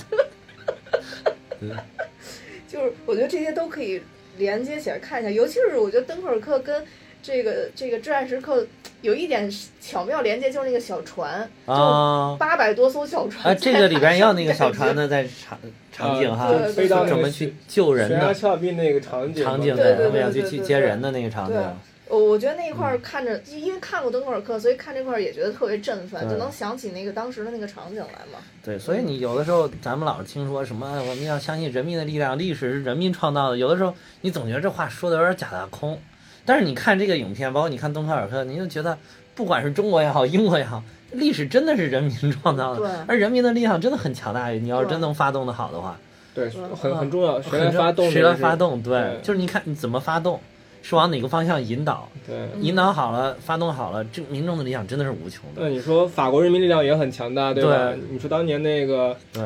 就是我觉得这些都可以连接起来看一下，尤其是我觉得敦刻尔克跟。这个这个至暗时刻有一点巧妙连接，就是那个小船，就啊八百多艘小船啊，这个里边也有那个小在海上船的在场场景哈对，对就飞到那怎个么去救人悬崖的峭壁那个场景嘛，场景，对对对他们要对去对去对接对人的那个场景对。我我觉得那一嗯块儿看着，因因为看过敦刻尔克，所以看这块儿也觉得特别振奋，对就能想起那个当时的那个场景来嘛。对，所以你有的时候咱们老是听说什么哎我们要相信人民的力量，历史是人民创造的，有的时候你总觉得这话说的有点假大空。但是你看这个影片，包括你看《敦刻尔克》，你就觉得不管是中国也好，英国也好，历史真的是人民创造对的，而人民的力量真的很强大。你要是对真能发动的好的话，对，嗯很嗯很重要，谁很来重发动？谁来发？动？对对，就是你看你怎么发动，是往哪个方向引导，对。嗯引导好了，发动好了，这民众的力量真的是无穷那的。你说法国人民力量也很强大，对吧？对你说当年那个对，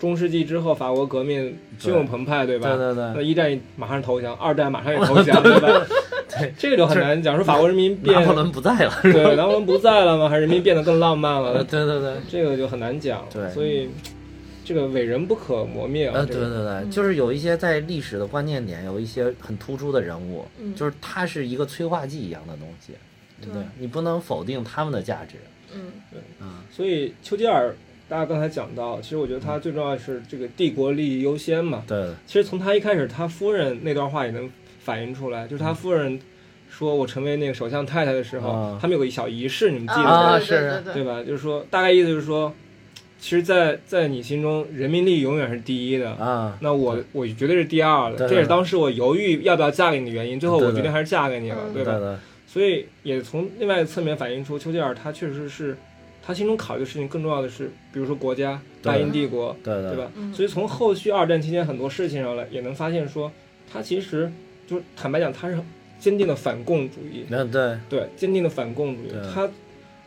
中世纪之后，法国革命汹涌澎湃，对吧？对对对那一战马上投降，二战马上也 投降，对吧？对， 这个就很难讲。说法国人民变拿破仑不在了， 是吧？对，拿破仑不在了吗？还是人民变得更浪漫了？对那对对。这个就很难讲。对所以这个伟人不可磨灭啊。呃，这对个对对，嗯就是有一些在历史的关键点，有一些很突出的人物，嗯就是他是一个催化剂一样的东西，对你不能否定他们的价值。嗯啊，所以丘吉尔，大家刚才讲到，其实我觉得他最重要的是这个帝国利益优先嘛。对其实从他一开始，他夫人那段话也能反映出来，就是他夫人说我成为那个首相太太的时候，啊他们有个小仪式，你们记得吗？啊对对是对对对吧？就是说，大概意思就是说，其实在，在你心中，人民力永远是第一的。啊，那我我绝对是第二的，对这也是当时我犹豫要不要嫁给你的原因。最后对我的决定还是嫁给你了，嗯对吧？的，所以也从另外一个侧面反映出丘吉尔他确实是他心中考虑的事情更重要的是，比如说国家、对大英帝国，对对的，吧？嗯所以从后续二战期间很多事情上来也能发现说，他其实就是坦白讲，他是坚定的反共主义，那对对，坚定的反共主义对。他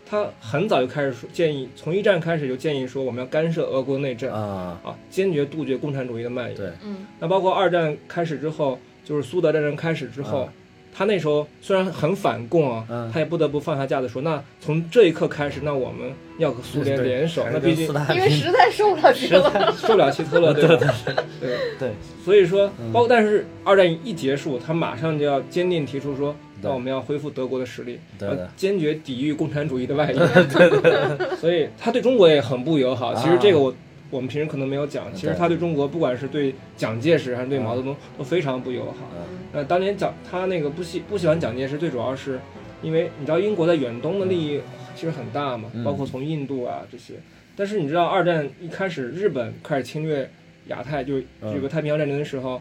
他很早就开始说建议，从一战开始就建议说我们要干涉俄国内政啊，啊，坚决杜绝共产主义的蔓延。对嗯那包括二战开始之后，就是苏德战争开始之后，啊他那时候虽然很反共啊，嗯他也不得不放下架子说，那从这一刻开始，那我们要和苏联对联手，还那是毕跟竟斯大因为林实在受不了这个了，受不了希特勒，对吧？对对，所以说嗯，包括但是二战一结束，他马上就要坚定提出说，对那我们要恢复德国的实力，对要的坚决抵御共产主义的外 延。 所以他对中国也很不友啊好。其实这个我我们平时可能没有讲，其实他对中国不管是对蒋介石还是对毛泽啊东都非常不友好。那当年蒋他那个不喜不喜欢蒋介石，最主要是因为你知道英国在远东的利益其实很大嘛嗯，包括从印度啊这些。但是你知道二战一开始日本开始侵略亚太，就是嗯这个太平洋战争的时候，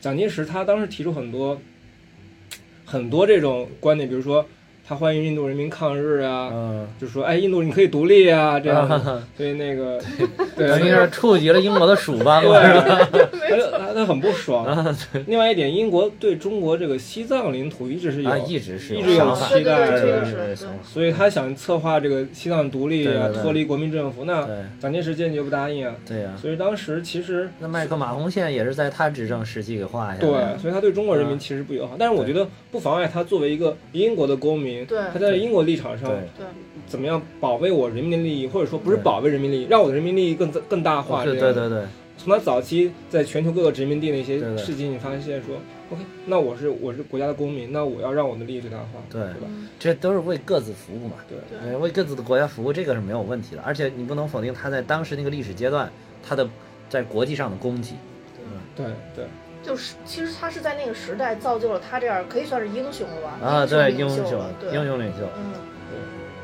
蒋介石他当时提出很多很多这种观点，比如说他欢迎印度人民抗日啊，嗯，就说哎印度你可以独立啊这样的。啊所以 那个等于对。是触及了英国的蜀邦对， 了，他就他他很不嗯爽。另外一点，英国对中国这个西藏领土一直是有啊，，一直是一有直有想法，期待这对对个的，是对，对想法所以他想策划这个西藏独立啊对对，对脱离国民政府。那对蒋介石坚决不答应啊，对呀。所以当时其实那麦克马洪线也是在他执政时期给画下的，对，所以他对中国嗯人民其实不友好。但是我觉得不妨碍他作为一个英国的公民，对他在英国立场上对，对，怎么样保卫我人民的利益，或者说不是对哦保卫人民利益，让我的人民利益更更大化。是这对样对对，从他早期在全球各个殖民地的一些对对事情，你发现说，OK，那我是我是国家的公民，那我要让我的利益最大化。对对吧？嗯这都是为各自服务嘛，对呃为各自的国家服务，这个是没有问题的。而且你不能否定他在当时那个历史阶段，他的在国际上的功绩。对嗯对就是其实他是在那个时代造就了他这样，可以算是英雄了吧？啊，对，英英雄雄领袖了，，对，英雄领袖，嗯，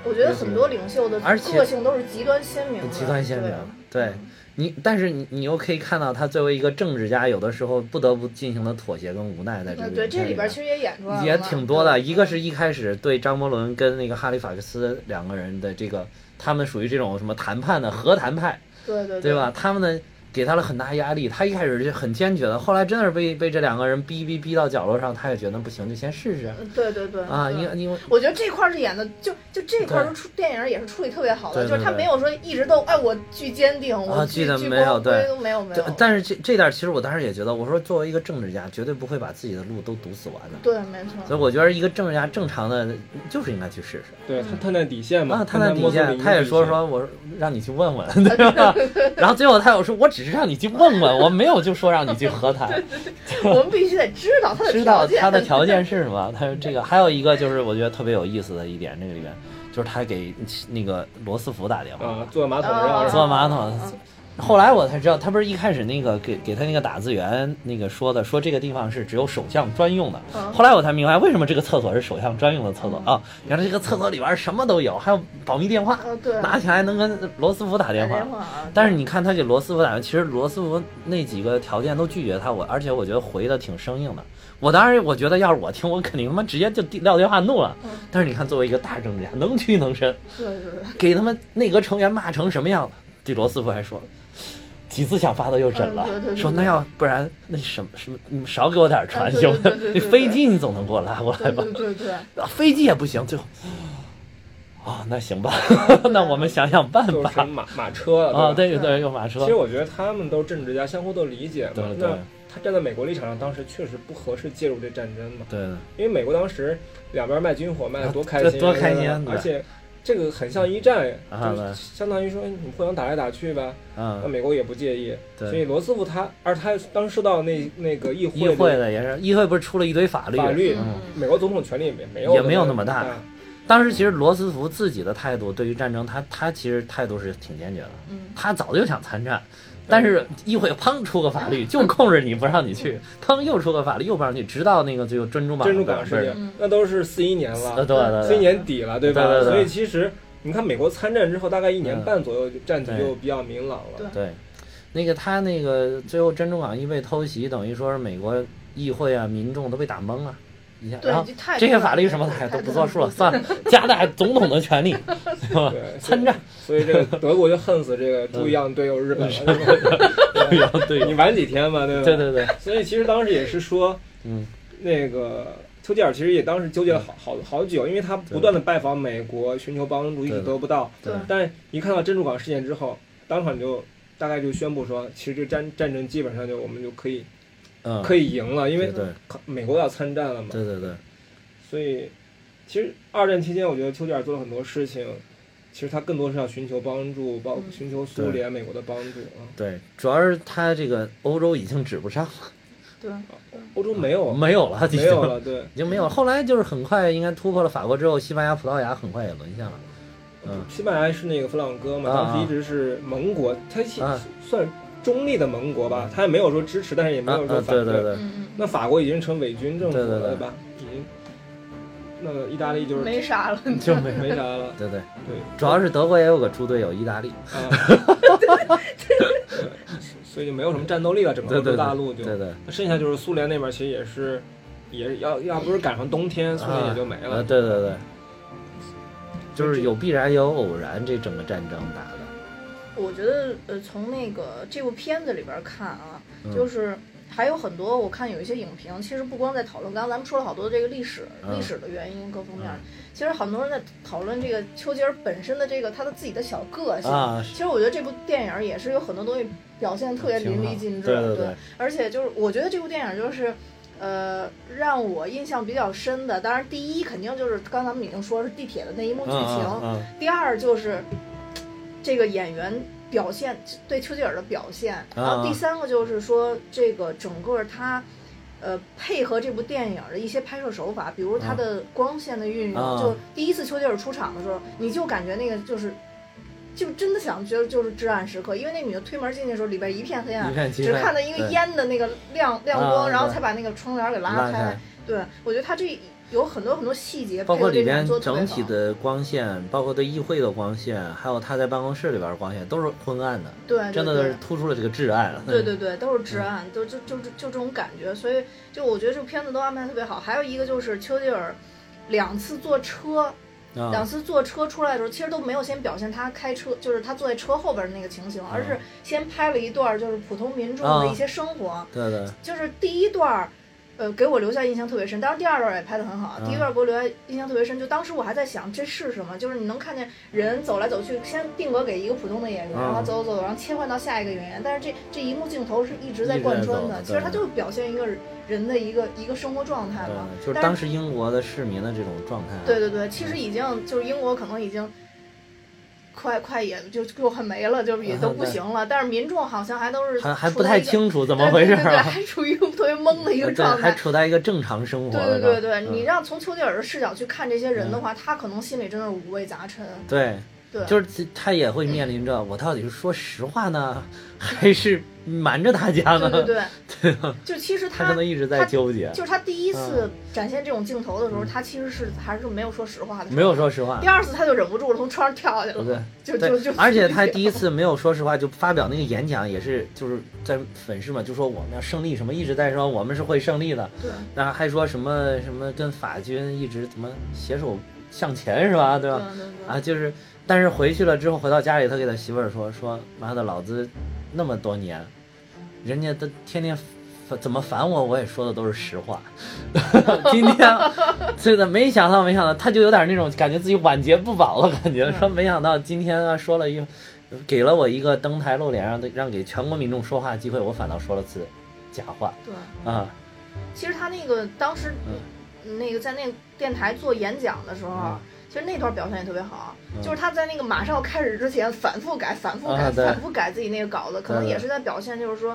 我觉得很多领袖的而且个性都是极端鲜明的，极端鲜明对。对你，但是你你又可以看到他作为一个政治家，有的时候不得不进行的妥协跟无奈在这个嗯，对，这里里边其实也演出来了嘛，也挺多的。对一个是一开始对张伯伦跟那个哈利法克斯两个人的这个，他们属于这种什么谈判的和谈派，对对对？吧？他们呢给他了很大压力，他一开始是很坚决的，后来真的是被被这两个人逼逼逼到角落上，他也觉得不行，就先试试嗯对对对啊，对因为因为我觉得这块儿是演的，就就这块儿对出电影也是处理特别好的，对对就是他对没有说一直都哎我巨坚定，我啊巨记得巨没有光辉对都没有没对有，但是这这点其实我当时也觉得，我说作为一个政治家，绝对不会把自己的路都堵死完的。对没错，所以我觉得一个政治家正常的就是应该去试试对，他探探底线嘛，啊，他在底摸索下领域他也的说底线，说我让你去问问， 对吧？然后最后他有说，我只是让你去问问，我没有就说让你去和谈， 我们必须得知道他的知条道件，他的条件是什么。他说这个还有一个就是我觉得特别有意思的一点，这个里面就是他给那个罗斯福打电话，啊，坐在马桶啊上，坐马桶。后来我才知道，他不是一开始那个给给他那个打字员那个说的，说这个地方是只有首相专用的。嗯后来我才明白为什么这个厕所是首相专用的厕所啊，原来这个厕所里边什么都有，还有保密电话呃，对拿起来能跟罗斯福打打电话电。话啊，但是你看他给罗斯福打电话，其实罗斯福那几个条件都拒绝他，我而且我觉得回的挺生硬的。我当然我觉得要是我听，我肯定他妈直接就撂电话怒了嗯。但是你看，作为一个大政治家，能屈能伸，对 对对，给他们内阁成员骂成什么样了？对罗斯福还说，几次想发的又忍了，嗯对对对说对那要不然那什么什么，你们少给我点儿啊船对行吗对对对？那对对飞机你总能给我拉过来对吧？对对对，啊飞机也不行，最后啊、那行吧， 那我们想想办就法是马马车了啊。对对吧。对，有马其车实，我觉得他们都是政治家，相互都理解对嘛。对那他站在美国立场上，当时确实不合适介入这战争嘛，对因为美国当时两边卖军火卖的多开啊心这啊，多开对吧心啊对而且这个很像一战，啊就是相当于说哎你们互相打来打去吧，那嗯，美国也不介意。所对。以罗斯福他，而他当时受到那那个议议会会的的也是，议会不是出了一堆法律？法律嗯，美国总统权力也没有啊也没有那么大大，当时其实罗斯福自己的态度对于战争，他他其实态度是挺坚决的。嗯，他早就想参战，但是议会砰出个法律，就控制你不让你去，砰又出个法律，又不让你去，直到那个就珍珠港珍珠港港事事呃件，那都是四一年了，对对四一对，年底了，对吧？对对对所以其实你看美国参战之后，大概一年嗯半左右就战局对就比较明朗了。对对，那个他那个最后珍珠港一被偷袭，等于说是美国议会啊、民众都被打懵了，一下，对然后这太这些多了法律什么的哎太都不多作了数了，算了，加大总统 的权利，对吧？对，所以参战，所以这个德国就恨死这 个猪一样队友日本了，是 吧然后哦对你晚几天嘛， 对吧？对对对，所以其实当时也是说，嗯，那个丘吉尔其实也当时纠结了好好好久，因为他不断的拜访美国寻求帮助，一直对的得不到。对但一看到珍珠港事件之后，当场就大概就宣布说，其实这战战争基本上就我们就可以嗯，可以赢了，因为对对靠美国要参战了嘛。对对对，所以其实二战期间，我觉得丘吉尔做了很多事情，其实他更多是要寻求帮助，包括嗯寻求苏联、美国的帮助啊。对，主要是他这个欧洲已经指不上了，对，欧洲没有，嗯没有了，已哦没经有了，对。已经没有了。后来就是很快，应该突破了法国之后，西班牙、葡萄牙很快也沦陷了。嗯西班牙是那个弗朗哥嘛，啊当时一直是盟国，他其啊算中立的盟国吧，他也没有说支持，但是也没啊有说啊，反对对。对对，嗯那法国已经成伪军政府了，对对对吧？已经，那意大利就嗯，是没啥了， 就没没啥了，对对，对，主要是德国也有个猪队友，意大利。啊，所以就没有什么战斗力了，整个对欧对对洲大陆就，对对那剩下就是苏联那边其实也是，也要要不是赶上冬天，苏联也就没啊了。对对对，就是有必然也有偶然，这整个战争打的，我觉得呃，从那个这部片子里边看啊，嗯就是还有很多，我看有一些影评，其实不光在讨论，刚刚咱们说了好多这个历史、嗯历史的原因各方面，嗯其实很多人在讨论这个丘吉尔本身的这个他的自己的小个性。啊，其实我觉得这部电影也是有很多东西表现得特别淋漓尽致，对对对，而且就是我觉得这部电影就是。呃，让我印象比较深的，当然第一肯定就是刚咱们已经说是地铁的那一幕剧嗯情，嗯嗯第二就是这个演员表现对丘吉尔的表现，啊然后第三个就是说这个整个他。呃，配合这部电影的一些拍摄手法，比如他的光线的运用，啊就第一次丘吉尔出场的时候，你就感觉那个就是，就真的想觉得就是至暗时刻，因为那女的推门进去的时候，里边一片黑暗一，片漆只黑看到一个对烟的那个亮亮啊光，对然后才把那个窗帘给拉开。开，对，我觉得他这有很多很多细节，包括配合里这边种做得特别整体好的光线，包括对议会的光线，还有他在办公室里边的光线，都是昏暗的，对，对真的对是突出了这嗯个至暗。对对对，都是治安，都就就就就这种感觉，所以就我觉得这个片子都安排得特别好。还有一个就是丘吉尔两次坐车，嗯，啊两次坐车出来的时候，其实都没有先表现他开车，就是他坐在车后边的那个情形，而是先拍了一段就是普通民众的一些生活，对对，就是第一段儿，呃，给我留下印象特别深。当然，第二段儿也拍得很好啊。嗯第一段儿给我留下印象特别深，就当时我还在想这是什么，就是你能看见人走来走去，先定格给一个普通的演员，嗯然后走走走，然后切换到下一个演员。但是这这一幕镜头是一直在一直在贯穿走的，的其实它就对是表现一个人的一个一个生活状态嘛。对，就是但当时英国的市民的这种状态啊。对对对，其实已经就是英国可能已经快快也就就很没了，就是也都 不行了。但是民众好像还都是还还处不在太一个清楚怎么对回事对对对儿啊，还处于一个特别懵的一个对状态还。处在一个正常生活对的对对状态。对，你嗯让从丘吉尔的视角去看这些人的话，他可能心里真的是五味杂陈。对，对，就是其他也会面临着，我到底是说实话呢，还是瞒着大家对对呢？对， 对啊就其实他可他能嗯一直在纠结，就是他第一次展现这种镜头的时候，他其实是还是没有说实话的。嗯没有。说实话第。二次他就忍不住了，从窗上跳下去对了。 就就对就，而且他第一次没有说实话，就发表那个演讲，也是就是在粉饰嘛，就说我们要胜利什么，一直在说我们是会胜利的，对那还说什么什么跟法军一直怎么携手向前是吧？对对吧？对对，啊，就是，但是回去了之后，回到家里，他给他媳妇儿说：“说妈的，老子那么多年，人家都天天反怎么烦我，我也说的都是实话。 今天真的没想到，没想到，他就有点那种感觉自己晚节不保了，感觉说没想到今天啊说了一，给了我一个登台露脸，让让给全国民众说话的机会，我反倒说了次假话对。啊，其实他那个当时那个在那个电台做演讲的时候啊嗯。其实那段表现也特别好，啊嗯就是他在那个马上要开始之前反复改、反复改、啊对嗯反复改自己那个稿子，可能对对也是在表现，就是说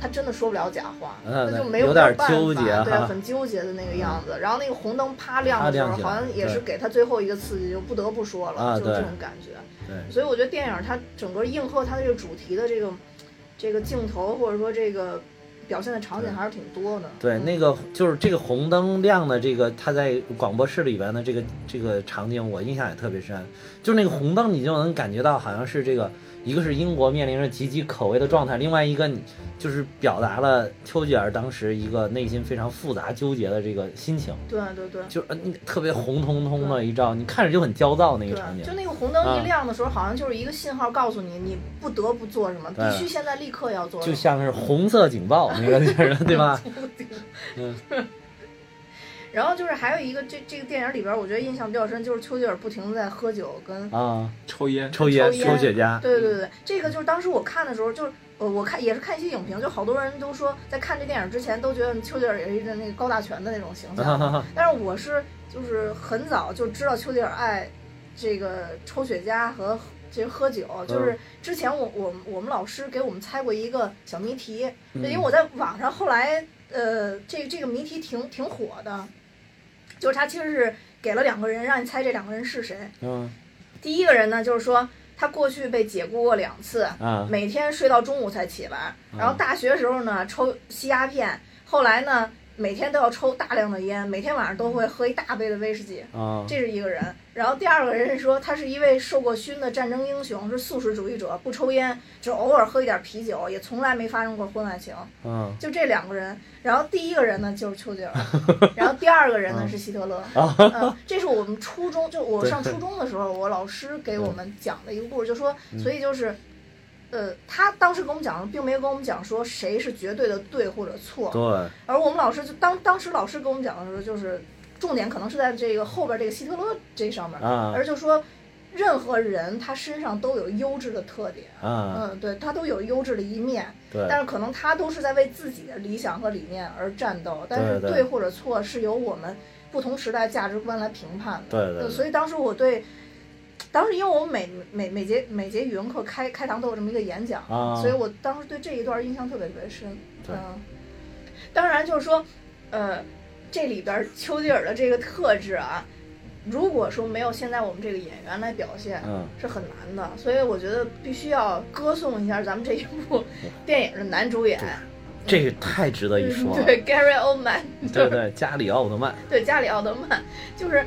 他真的说不了假话，嗯他就对没有有点办法纠结对，哈嗯很纠结的那个样子。然后那个红灯啪亮的时啪候，亮起来好像也是给他最后一个刺激，就不得不说了，啊就是这对种感觉。对，所以我觉得电影它整个应和它的这个主题的这个这个镜头，或者说这个。表现的场景还是挺多的。对，嗯那个就是这个红灯亮的这个，它在广播室里边的这个这个场景，我印象也特别深。就是那个红灯，你就能感觉到好像是这个，一个是英国面临着岌岌可危的状态，另外一个你就是表达了丘吉尔当时一个内心非常复杂纠结的这个心情，对对对。就是呃你特别红彤彤的一照，你看着就很焦躁那个场对，景就。那个红灯嗯一亮的时候，好像就是一个信号，告诉你你不得不做什么，对必须现在立刻要做什就么。像是红色警报那个劲儿，对 吧？然后就是还有一个这这个电影里边，我觉得印象比较深，就是丘吉尔不停的在喝酒跟啊，抽烟，抽烟、抽烟抽雪茄，对对对，这个就是当时我看的时候，就是呃，我看也是看一些影评，就好多人都说在看这电影之前都觉得丘吉尔也是一个那个高大全的那种 形象，嗯但是我是就是很早就知道丘吉尔爱这个抽雪茄和这个喝酒，就是之前我我我们老师给我们猜过一个小谜题，嗯因为我在网上后来呃，这这个谜题挺挺火的，就是他其实是给了两个人让你猜这两个人是谁，嗯第一个人呢，就是说他过去被解雇过两次，啊，每天睡到中午才起来。嗯然后大学时候呢，抽吸鸦片，后来呢，每天都要抽大量的烟，每天晚上都会喝一大杯的威士忌。啊，这是一个人，然后第二个人是说他是一位受过熏的战争英雄，是素食主义者，不抽烟，只偶尔喝一点啤酒，也从来没发生过婚外情。嗯就这两个人，然后第一个人呢就是丘 吉尔，然后第二个人呢是希特勒。啊嗯，这是我们初中，就我上初中的时候，我老师给嗯我们讲的一个故事，就说，所以就是，呃，他当时跟我们讲，并没有跟我们讲说谁是绝对的对或者错，对，而我们老师就当当时老师跟我们讲的时候，就是重点可能是在这个后边这个希特勒这上面，啊而就说，任何人他身上都有优质的特点，啊，嗯，对他都有优质的一面，对，但是可能他都是在为自己的理想和理念而战斗，但是对对或者错是由我们不同时代价值观来评判的。呃对对对所以当时我对，当时因为我每每每节每节语文课开开堂都有这么一个演讲，啊所以我当时对这一段印象特别特别深。对嗯，当然就是说，呃，这里边丘吉尔的这个特质啊，如果说没有现在我们这个演员来表现，嗯，是很难的，所以我觉得必须要歌颂一下咱们这一 部电影的男主演，嗯这个太值得一说啊了。对 Gary Oldman，对对，加里奥特曼，对加里奥德曼，就是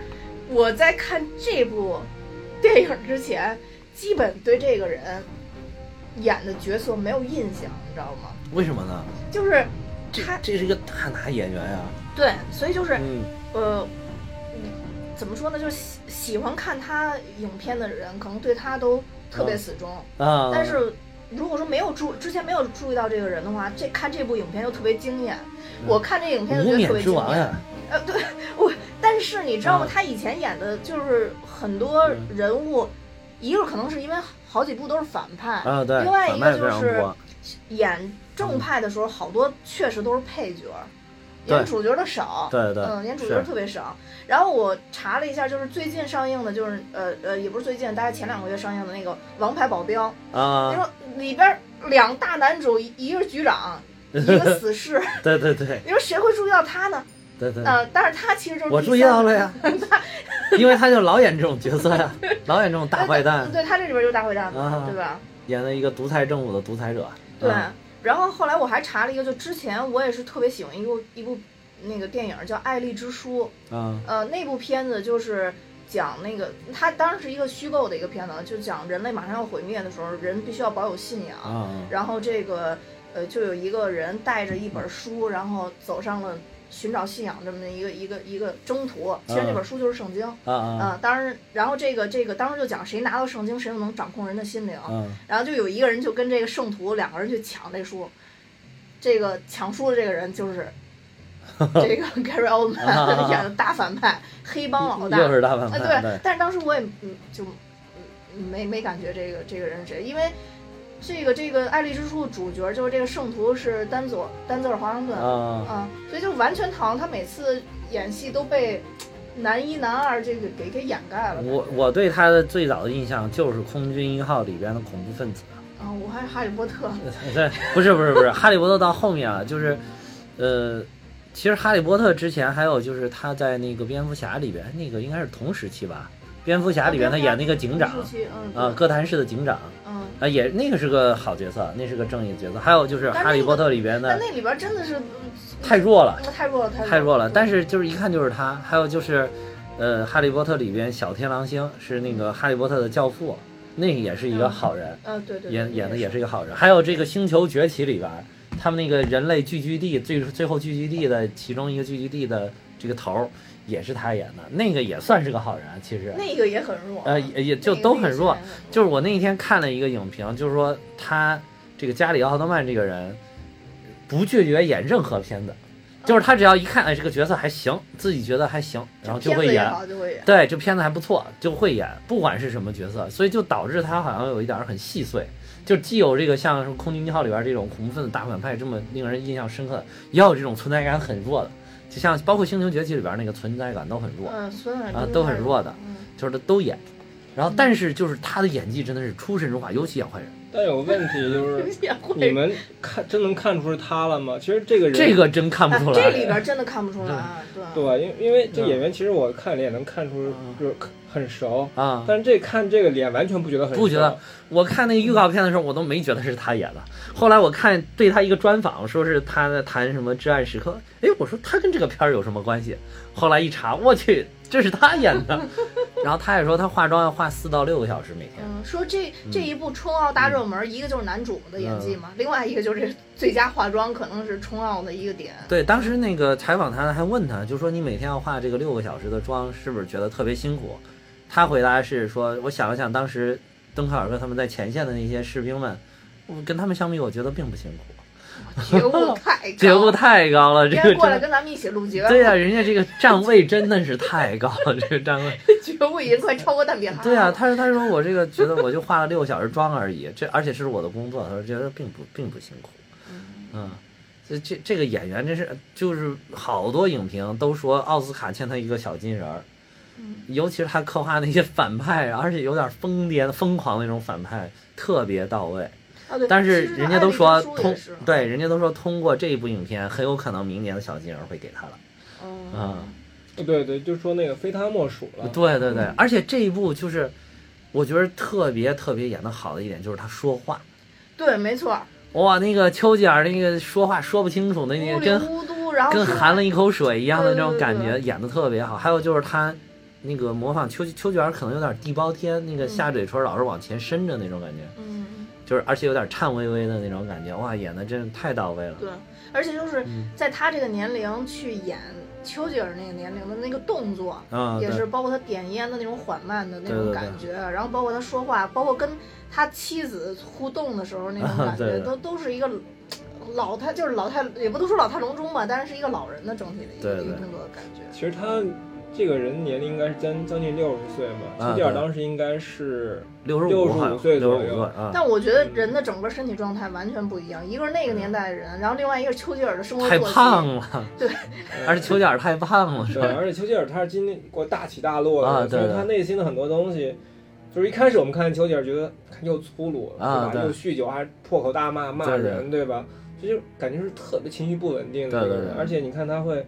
我在看这部电影之前，基本对这个人演的角色没有印象，你知道吗？为什么呢？就是这他这是一个大拿演员呀、对，所以就是嗯，呃，嗯怎么说呢？就是喜喜欢看他影片的人，可能对他都特别嗯死忠。啊，但是如果说没有注之前没有注意到这个人的话，这看这部影片就特别惊艳。我看这影片就嗯觉得特无冕别之惊王艳。呀，呃，对我，但是你知道吗啊？他以前演的就是很多嗯人物，一个可能是因为好几部都是反派，啊对，另外一反个派非就常是多，嗯演正派的时候，好多确实都是配角，对演主角的少。对对，嗯，演主角是特别少。然后我查了一下，就是最近上映的，就是呃呃，也不是最近，大概前两个月上映的那个《王牌保镖》，就啊，说里边儿两大男主，一一个是局长，一个死 士，对对对你说谁会注意到他呢？对对，呃，但是他其实就是我第注意三到了呀，因为他就老演这种角色呀，老演这种大坏个，蛋对他这里边就是大坏蛋嘛，啊对，吧？演了一个独裁政府的独裁者，对啊。然后后来我还查了一个，就之前我也是特别喜欢一部一部那个电影叫《爱丽之书》，啊呃，那部片子就是讲那个，它当然是一个虚构的一个片子，就讲人类马上要毁灭的时候，人必须要保有信仰。啊啊然后这个呃，就有一个人带着一本书，然后走上了寻找信仰这么一个一个一个征途。其实嗯这本书就是圣经，啊嗯、啊当然，然后这个这个当时就讲谁拿到圣经，谁就能掌控人的心灵。啊然后就有一个人就跟这个圣徒两个人去抢这书，这个抢书的这个人就是 这个 Gary Oldman 演的大反派，黑帮老大。啊又是大反啊，派，对对，，但是当时我也嗯就嗯没没感觉这个这个人是谁，因为这个这个《爱丽之树》主角就是这个圣徒是丹佐丹泽尔华盛顿啊啊，所以就完全好像他每次演戏都被男一男二这个给给掩盖了我我对他的最早的印象就是《空军一号》里边的恐怖分子，啊，我还是哈利波特对，不是不是不 是，哈利波特到后面啊，就是，呃，其实哈利波特之前还有就是他在那个蝙蝠侠里边那个应该是同时期吧，蝙蝠侠里边他演那个警长红树区嗯啊，哥谭市的警长嗯，啊，也那个是个好角色，那是个正义的角色。还有就是《但是哈利那个波特》里边但的那里边真的是嗯太弱了，那太弱了，太弱了。但是是就是一看就是他，还有就是，呃，《哈利波特》里边小天狼星是那个哈利波特的教父，那也是一个好人，嗯，对对，对演演的也是是一个好人。还有这个《星球崛起》里边，他们那个人类聚居地最最后聚居地的其中一个聚居地的这个头儿，也是他演的，那个也算是个好人，其实，那个也很弱，呃，也也就都很弱。，就是我那一天看了一个影评，就是说他这个加里奥特曼这个人不拒绝演任何片子，就是他只要一看，哎，这个角色还行，自己觉得还行，然后就会演。好就会演，对，这片子还不错，就会演，不管是什么角色，所以就导致他好像有一点儿很细碎，就既有这个像什么《空军一号》里边这种红分的大反派这么令人印象深刻的，也有这种存在感很弱的，就像包括《星球崛起》里边那个存在感都很弱，嗯，孙海啊真都太很弱的，嗯就是他都演。然后，但是就是他的演技真的是出神入化，尤其演坏人，但有个问题就是， 也会你们看真能看出是他了吗？其实这个人，这个真看不出来。啊这里边真的看不出来，啊对，对，因为因为这嗯演员，其实我看脸能看出嗯就是很熟，啊，但是这看这个脸完全不觉得很熟，不觉得。我看那个预告片的时候，我都没觉得是他演的。后来我看对他一个专访，说是他在谈什么《至暗时刻》，哎，我说他跟这个片儿有什么关系？后来一查，我去，这是他演 的。然后他也说他化妆要化四到六个小时每天。嗯，说这这一部冲奥大热门，嗯一个就是男主的演技嘛，另外一个就是最佳化妆，可能是冲奥的一个点。对，当时那个采访他还问他，就说你每天要化这个六个小时的妆，是不是觉得特别辛苦？他回答是说，我想了想，当时敦刻尔克他们在前线的那些士兵们，我跟他们相比，我觉得并不辛苦，觉 悟太高，觉悟太高了，这别个人过真来的。跟咱们一起录节目，对呀、人家这个站位真的是太高了，这个站位。觉悟已经快超过蛋比哈。对呀、他说他说我这个觉得我就化了六个小时妆而已，这而且是我的工作，他说觉得并不并不辛苦，嗯，这这这个演员真是就是好多影评都说奥斯卡欠他一个小金人儿，嗯尤其是他刻画那些反派，啊而且有点疯癫疯狂那种反派特别到位，啊对但是其实人家都说艾丽通珍珠也是对人家都说通过这一部影片，很有可能明年的小金人会给他了。嗯啊，对对，就说那个非他莫属了。对对对，嗯而且这一部就是，我觉得特别特别演的好的一点就是他说话，对，没错，哇，那个丘吉尔那个说话说不清楚的那咕个，里跟咕嘟，然后跟说含了一口水一样的那种对对对感对觉，演的特别好。还有就是他那个模仿丘丘吉尔可能有点地包天，那个下嘴唇老是往前伸着那种感觉，嗯，就是而且有点颤巍巍的那种感觉，哇，演的真是太到位了。对，而且就是嗯在他这个年龄去演丘吉尔那个年龄的那个动作，啊，也对是包括他点烟的那种缓慢的那种对对对感觉，然后包括他说话，包括跟他妻子互动的时候那种感觉，对对都都是一个老太，就是老太，也不能说老态龙钟吧，但是是一个老人的整体的一个对对一个动作的感觉。其实他这个人年龄应该是将将近六十岁嘛，啊丘吉尔对当时应该是六十65五岁六左十五右岁啊，但我觉得人的整个身体状态完全不一样，一个是那个年代的人，然后另外一个是丘吉尔的生活太作息，胖了，呃而且丘吉尔太胖了，是 对，吧？而且丘吉尔他是经历过大起大落的，啊对所以他内心的很多东西，就是一开始我们看丘吉尔觉得看又粗鲁，啊对吧？对又酗酒，还破口大骂骂对对人，对吧？这就感觉是特别情绪不稳定的对一个对人，对而且你看他会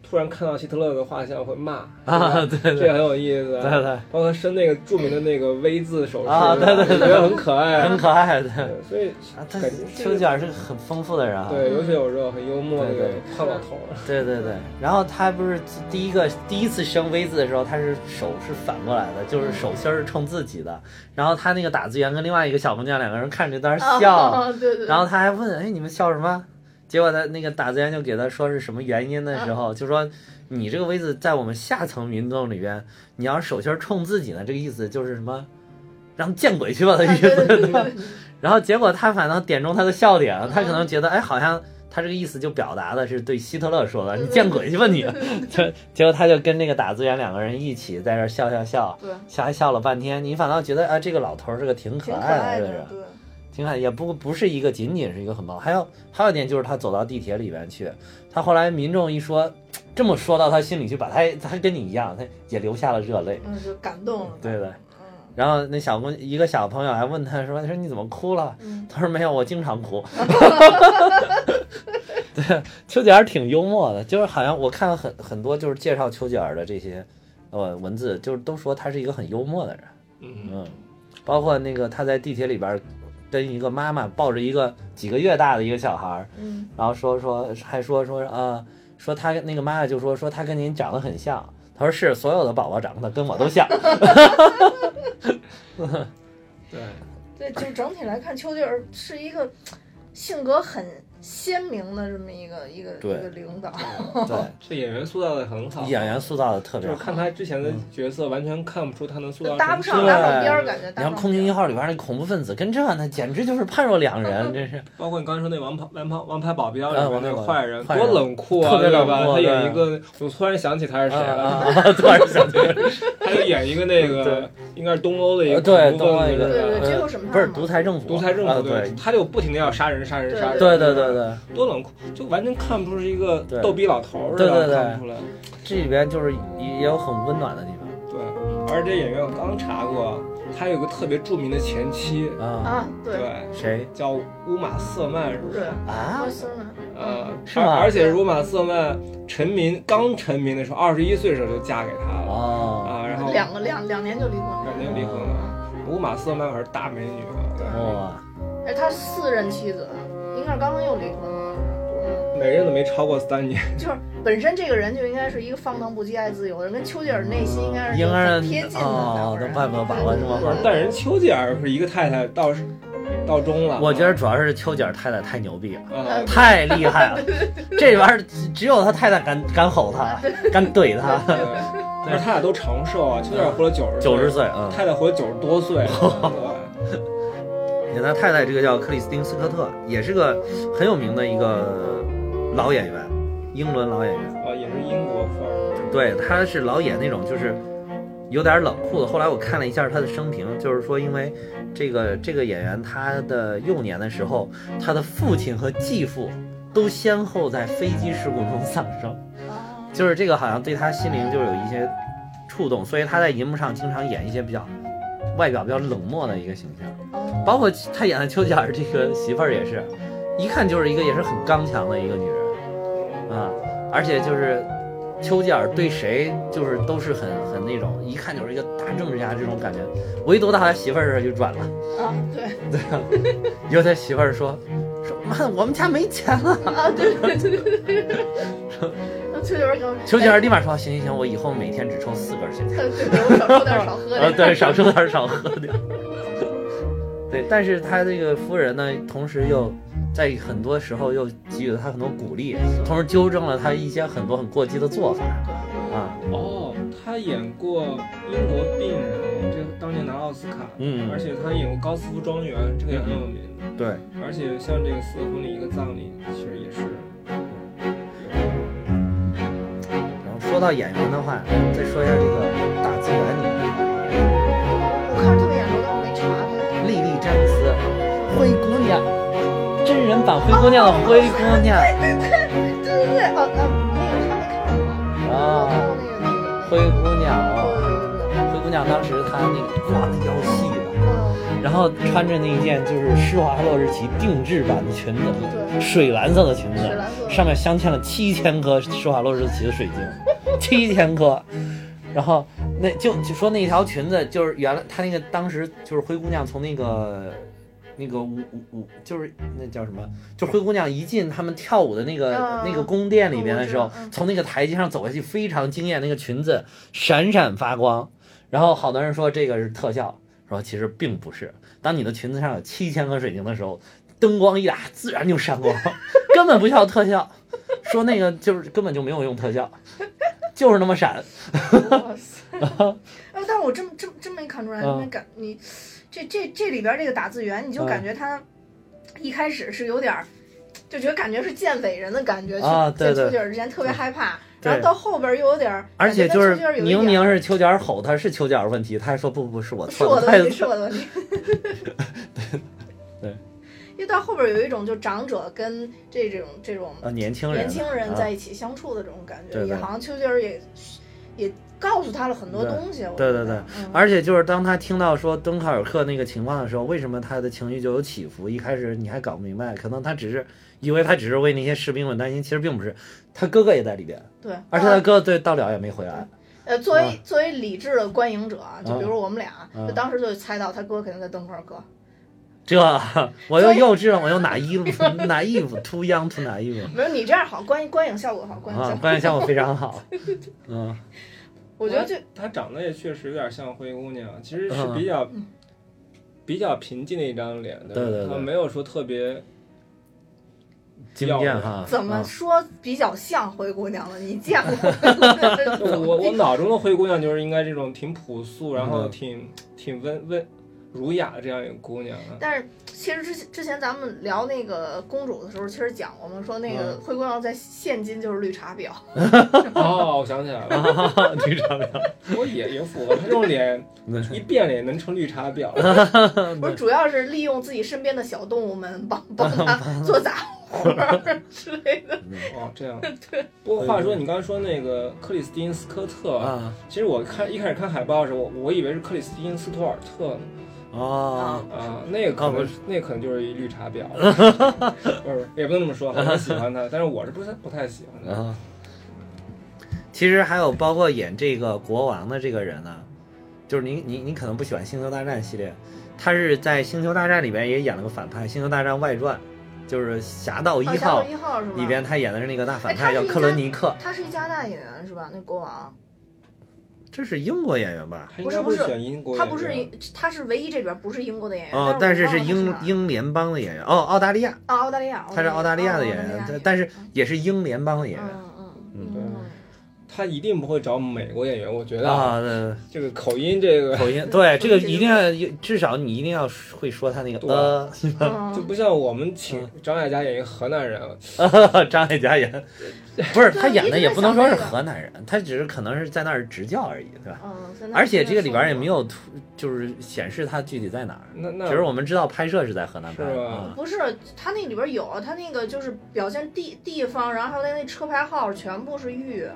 突然看到希特勒的画像会骂，啊，是吧对这对个很有意思。对对，包括伸那个著名的那个 V 字手势，啊对对对我觉得很可爱 啊很。可爱的。对所以啊，他感觉这丘个吉尔是个很丰富的人啊。对有血有肉，很幽默的对一对个胖老头儿。对对对然后他不是第一个第一次升 V 字的时候，他是手是反过来的，就是手心儿是冲自己的。然后他那个打字员跟另外一个小姑娘两个人看着在那儿笑，啊，对对对， 然后他还问：“哎，你们笑什么？”结果他那个打字员就给他说是什么原因的时候，就说：“你这个 V 字在我们下层民众里边，你要是手心儿冲自己呢，这个意思就是什么，让见鬼去吧的意啊对思。对 对对对然后结果他反倒点中他的笑点，他可能觉得，哎，好像他这个意思就表达的是对希特勒说的，对你对见鬼去吧你！结 结果他就跟那个打字员两个人一起在这儿笑笑笑，对，笑还笑了半天。你反倒觉得，啊，这个老头儿是个挺可挺可爱爱的的人，，对。挺可爱，也不不是一个仅仅是一个很棒。还有还有一点就是他走到地铁里边去，他后来民众一说这么说到他心里去，把他他跟你一样，他也流下了热泪。嗯，就感动了。对的嗯然后那小姑一个小朋友还问他说：“他说你怎么哭了？”嗯，他说没有，我经常 哭。对，丘吉尔挺幽默的，就是好像我看很很多就是介绍丘吉尔的这些呃文字，就是都说他是一个很幽默的人。嗯，嗯，包括那个他在地铁里边儿跟一个妈妈抱着一个几个月大的一个小孩儿，嗯然后说说还说说呃说他那个妈妈就说说他跟您长得很像，他说是所有的宝宝长得跟我 都像，对，对，就整体来看，丘吉尔是一个性格很鲜明的这么一个一个一对个领导。对，这演员塑造的很好，演员塑造的特就别是好嗯看。他之前的角色，完全看不出他能塑造搭不什么上，对搭不上边儿，感觉你搭看不上《空军一边儿。号》里边那恐怖分子跟这那简直就是判若两 人，真是包括你刚才说那王牌王牌王牌保镖嗯里面那个坏人，王牌多保镖冷酷啊，特别对冷酷吧？他演对一个，我突然想起他是谁啊啊了，啊！啊突然想起来， 他就演一个那 个对，应该是东欧的一个呃对恐怖分子东欧一个对是对，吧最后审判不是嘛独裁政府，独裁政啊府对他就不停的要杀人杀人杀人，对对对，对。多冷酷，就完全看不出是一个对逗逼老头儿似对对的，对看不出来。这里边就是也有很温暖的地方对，而这演员我刚查过，他有个特别著名的前妻，啊。啊，对对，谁叫乌玛瑟曼，是不是？对，啊波？斯曼呃，是而吗而且乌玛瑟曼成名刚成名的时候，二十一岁的时候就嫁给他了哦，啊，然后两个两两年就离婚了，两年离婚了。乌玛瑟曼可是大美女啊，对哇，哎，他四任妻子，啊应该是刚刚又离婚了。每人都没超过三年。嗯，就是本身这个人就应该是一个放荡不羁、爱自由的人，跟丘吉尔内心应该是婴儿很贴近的。两哦，能个办人法把握这么对好对对。但人丘吉尔是一个太太，到是到中了。我觉得主要是丘吉尔太太太牛逼了，啊，太厉害了，这玩意儿只只有他太太敢敢吼他，敢怼他。对，但是他俩都长寿啊，丘吉尔活了九十，九十岁啊，太太活了九十多岁。 对你看他太太这个叫克里斯汀斯科特，也是个很有名的一个老演员，英伦老演员。啊，也是英国范儿。对，他是老演那种就是有点冷酷的。后来我看了一下他的生平，就是说，因为这个这个演员他的幼年的时候，他的父亲和继父都先后在飞机事故中丧生，啊就是这个好像对他心灵就有一些触动，所以他在银幕上经常演一些比较外表比较冷漠的一个形象。哦包括他演的丘吉尔这个媳妇儿也是，一看就是一个也是很刚强的一个女人，啊，而且就是丘吉尔对谁就是都是很很那种，一看就是一个大政治家这种感觉，唯独到他媳妇儿这儿就转了，啊，对以后他媳妇儿说说妈，我们家没钱了，啊，对对对对对。那丘吉尔刚丘吉尔立马说行行行，我以后每天只抽四根雪 茄，对对对，我少抽 点，少喝啊点。，对，少吃点儿，少喝点 儿。对，但是他这个夫人呢，同时又在很多时候又给予了他很多鼓励，同时纠正了他一些很多很过激的做法啊。哦，他演过英国病人，这当年拿奥斯卡，嗯而且他演过高斯夫庄园，这个也很有名。对，而且像这个四个婚礼一个葬礼，其实也是。然后说到演员的话，再说一下这个大自然里我看着特别眼熟，但我没查莉莉詹姆斯，灰姑娘，真人版灰姑娘的灰姑娘它。对对对，哦哦，那个他没看过，我看过那个那个。啊，灰姑娘啊，对灰姑娘当时她那个哇，那腰细的。对对嗯。然后穿着那一件就是施华洛世奇定制版的裙子，对水蓝色的裙水蓝色子，的上面镶嵌了七千颗施华洛世奇的水 晶，七千颗。然后那就就说那条裙子就是原来她那个当时就是灰姑娘从那个那个舞舞舞就是那叫什么，就是灰姑娘一进他们跳舞的那个、嗯那个宫殿里面的时嗯候我知道，嗯从那个台阶上走下去非常惊艳，那个裙子闪闪发光。然后好多人说这个是特效，说其实并不是。当你的裙子上有七千颗水晶的时候，灯光一打，自然就闪光，根本不需要特效。说那个就是根本就没有用特效，就是那么闪。哇塞！哎，但我真真真没看出来，因为嗯感你这这这里边这个打字员，你就嗯感觉他一开始是有点儿，就觉得感觉是见伟人的感觉，啊去见对对丘吉尔之前特别害怕，对然后到后边又有点儿，而且就感觉是跟丘吉尔有一明点明是丘吉尔吼他是丘吉尔问题，他还说不不不是我是错我了，的他也问题，是我的问题。 对对 因为到后边有一种就长者跟这种这种呃年轻人年轻人啊在一起相处的这种感觉，对也对好像丘吉尔也也告诉他了很多对东西。我觉对对得，嗯而且就是当他听到说敦刻尔克那个情况的时候，为什么他的情绪就有起伏？一开始你还搞不明白，可能他只是以为他只是为那些士兵们担心，其实并不是。他哥哥也在里边，对，而且他哥哥对到了也没回来。呃，作为啊作为理智的观影者啊，就啊比如我们俩，就当时就猜到他哥肯定在蹬空哥。这我又幼稚了，我又哪一哪一步 too young to 哪一步没有你这样好，观观影效果好，观影效 啊？果。关键效果非常好，嗯，我觉得啊这她长得也确实有点像灰姑娘，其实是嗯比较、嗯比较平静的一张脸的，对对对她没有说特 别惊艳哈，怎么啊说比较像灰姑娘了？你 见过灰 姑娘这种我我脑中的灰姑娘就是应该这种挺朴素，然后嗯挺、挺温温儒雅的这样一个姑娘 啊。但是其实之前之前咱们聊那个公主的时候，其实讲我们说那个嗯灰姑娘在现今就是绿茶婊，哦，我想起来了，绿茶 婊？我也也符合她这种脸，一变脸能成绿茶婊。不是主要是利用自己身边的小动物们帮帮她做杂活儿之类的。哦，这 样。不过话说，你刚才说那个克里斯汀斯科特，啊其实我看一开始看海报的时候，我我以为是克里斯汀斯图尔特呢。哦，啊，那个可啊不能、是那可能就是一 绿茶婊，不是也不能这么说，我喜欢她，但是我是不太不太喜欢她。啊，其实还有包括演这个国王的这个人呢、就是你你你可能不喜欢《星球大战》系列，他是在《星球大战》里边也演了个反派，《星球大战外传》就是《侠盗一好号像哦是一》号是吗？里边他演的是那个大反哎派他叫是克伦尼克，他是一加拿大演员是吧？那国王这是英国演员吧？她应不是该不会是选英国他演不是员英他是唯一这边不是英国的演员哦，但是是我是忘了英哪儿英联邦的演员哦，澳大利亚，啊澳大利亚，他是澳大利亚的演哦澳员大利亚，但是也是英联邦的演员嗯嗯嗯嗯她一定不会找美国演员，我觉得啊，对这个口音这个口音 对这个这个一定要至少你一定要会说他那个对呃。嗯就不像我们请嗯张艾嘉演一个河南人，啊 张艾嘉演，不是对他演的也不能说是一直在想河南人，他只是可能是在那儿执教而已，对吧？嗯，现在而且这个里边也没有。有突，就是显示他具体在哪儿，那那只是我们知道拍摄是在河南拍的是吧啊。不是，他那里边有，他那个就是表现地地方，然后还有他那车牌号全部是豫，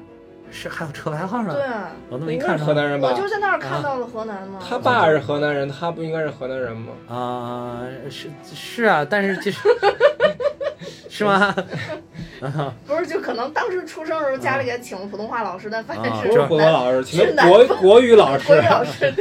是还有车牌号呢，对，我都那没应该看是河上南人吧我？就在啊那儿看到了河南嘛。他爸是河南人，他不应该是河南人吗？啊，是是啊，但是就是 是吗？不是，就可能当时出生的时候家里给他请了普通话老师，但发现啊是不是国文老师，请是的南国国语老师国语。老师，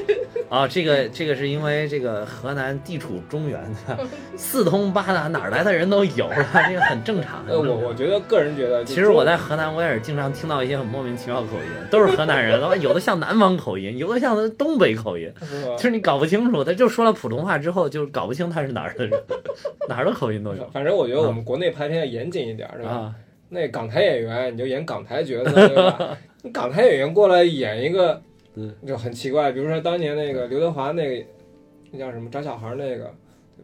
啊，这个这个是因为这个河南地处中原，对 吧四通八达，哪儿来的人都有，这个很正常。呃，我我觉得个人觉得，其实我在河南，我也是经常听到一些很莫名其妙的口音，都是河南人，然后有的像南方口音，有的像东北口音，是吧就是你搞不清楚。他就说了普通话之后，就搞不清他是哪儿的人， 哪儿的口音都有反正我觉得我们国内拍片要严谨一点，是吧？啊。那港台演员你就演港台角色，对吧？你港台演员过来演一个嗯，就很奇怪。比如说当年那个刘德华那个，那叫什么找小孩那个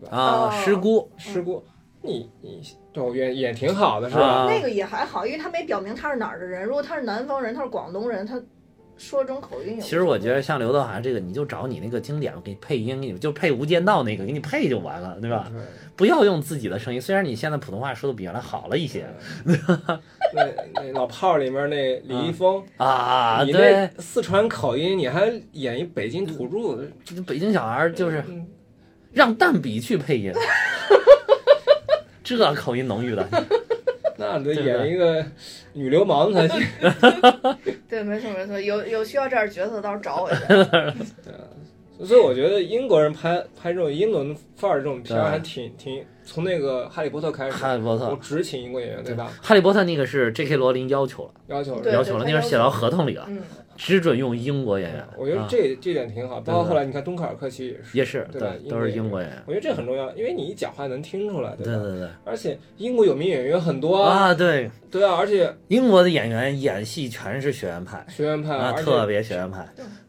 啊，哦师姑师姑，你你对演演挺好的是吧？啊，那个也还好，因为他没表明他是哪儿的人。如果他是南方人，他是广东人，他说这种口音有。其实我觉得像刘德华这个，你就找你那个经典给你配音，给你就配《无间道》那个，给你配就完了，对吧？对不要用自己的声音，虽然你现在普通话说的比原来好了一些那那老炮儿里面那李易峰，啊，你对那，四川口音，你还演一北京土著的，这北京小孩儿就是嗯让蛋比去配音，这口音浓郁的，那得对演一个女流氓才 行。对，没错没错，有有需要这样的角色，到时候找我去。所以我觉得英国人拍拍这种英伦范儿这种片儿对还挺挺，从那个《哈利波特》开始，哈利波我特，只请英国演员，对吧？哈利波特那个是 J.K. 罗琳要求了，要求对要求了，他要那个求写到合同里了，嗯，只准用英国演员。我觉得啊这这点挺好。包括对后来你看东卡尔克奇也是，也是对吧对，都是英国演员。我觉得这很重要，因为你一讲话能听出来，对吧？对而且英国有名演员很多对，，啊，对，对啊，而且英国的演员演戏全是学院派学院派，啊，嗯而特且别学院派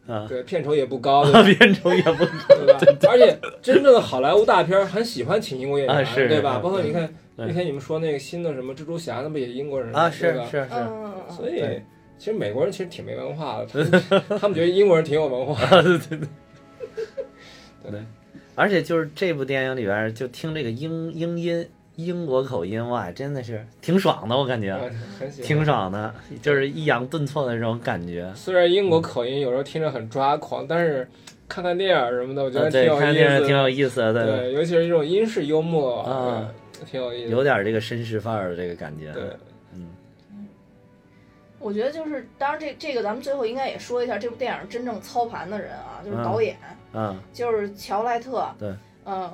啊，对片酬也不高，对吧？片酬也不 对吧？而且真正的好莱坞大片儿很喜欢请英国演员，啊是对吧？嗯包括你看对那天你们说那个新的什么蜘蛛侠，那不也英国人啊，对是吧？是嗯是，嗯嗯所以对其实美国人其实挺没文化的，他们他们觉得 英国人挺有文化。而且就是这部电影里边儿，就听这个英英音英国口音，哇，真的是挺爽的，我感觉。啊很喜哎欢。挺爽的，就是抑扬顿挫的这种感觉。虽然英国口音有时候听着很抓狂，但是看看电影儿什么的，我觉得呃挺对，有看意电影思挺的。有意思的，对，对，尤其是这种英式幽默，啊对挺有意思有的。点这个绅士范儿的这个感觉。对，嗯，我觉得就是，当然这这个咱们最后应该也说一下，这部电影真正操盘的人啊，就是嗯导演，嗯就是乔莱特。对，嗯、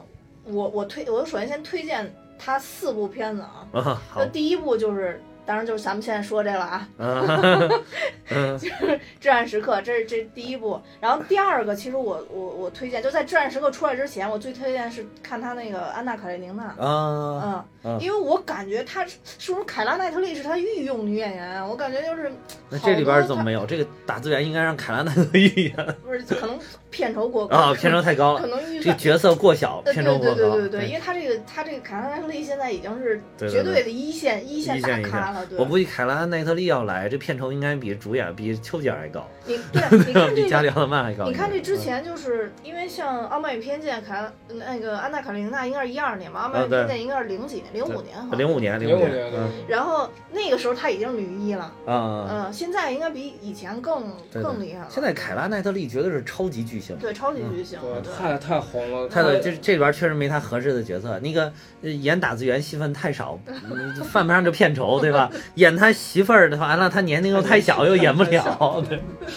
我我推我首先先推荐他四部片子啊，啊，好那，第一部就是。当然就是咱们现在说这了啊，嗯 嗯《至暗时刻》这是这是第一部，然后第二个其实我我我推荐就在《至暗时刻》出来之前，我最推荐是看他那个《安娜卡列宁娜》，啊，嗯，嗯因为我感觉她是是不是凯拉奈特利是她御用女演员啊？我感觉 就是那这里边怎么没有？这个打字员应该让凯拉奈特预 言不是可能片酬过高啊，片酬太高可了，能预这算。角色过小，呃片酬对过对高，嗯对对对，因为他这个他这个凯拉奈特利现在已经是对对绝对对的一线一线一大线一咖了，对我，估计凯拉奈特利要来，这片酬应该比主演比丘吉尔还高，你对，啊 你看比这加里个，奥特曼还高。你看这之前就是因为像《傲慢与偏见》凯拉那个安娜卡列尼娜应该是一二年嘛，《傲慢与啊对偏见》应该是零几年，零五年好像。零五年，零五五年年，的，然后那个时候她已经是女一了，嗯啊，嗯，现在应该比以前更对对更厉害了。现在凯拉奈特利绝对是超级巨星。对超级巨星， 对，对太太红了，他呃的这这里边确实没他合适的角色，那个呃演打字员戏份 太少，嗯犯不上这片酬，对吧？演他媳妇儿的话，那他年龄又太小，又演不了，对，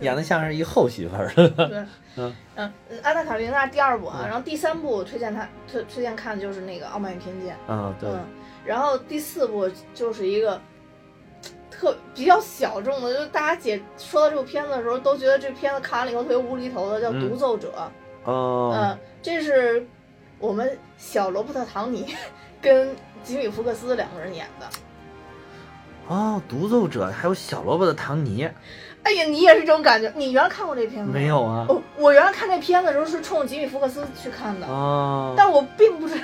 演的像是一后媳妇儿。对，嗯 嗯，安娜卡列尼娜第二部啊，嗯然后第三部推荐他推推荐看的就是那个《傲慢与偏见》，啊，对，嗯，然后第四部就是一个特比较小众的，就是大家姐说到这部片子的时候，都觉得这片子看完了以后特别无厘头的，叫《嗯独奏者》，哦，嗯，这是我们小罗伯特·唐尼 跟吉米·福克斯两个人演的。哦，独奏者还有小萝卜的唐尼，哎呀，你也是这种感觉？你原来看过这片子吗没？有啊？哦，我原来看这片子的时候是冲着吉米·福克斯去看的。哦，但我并不是，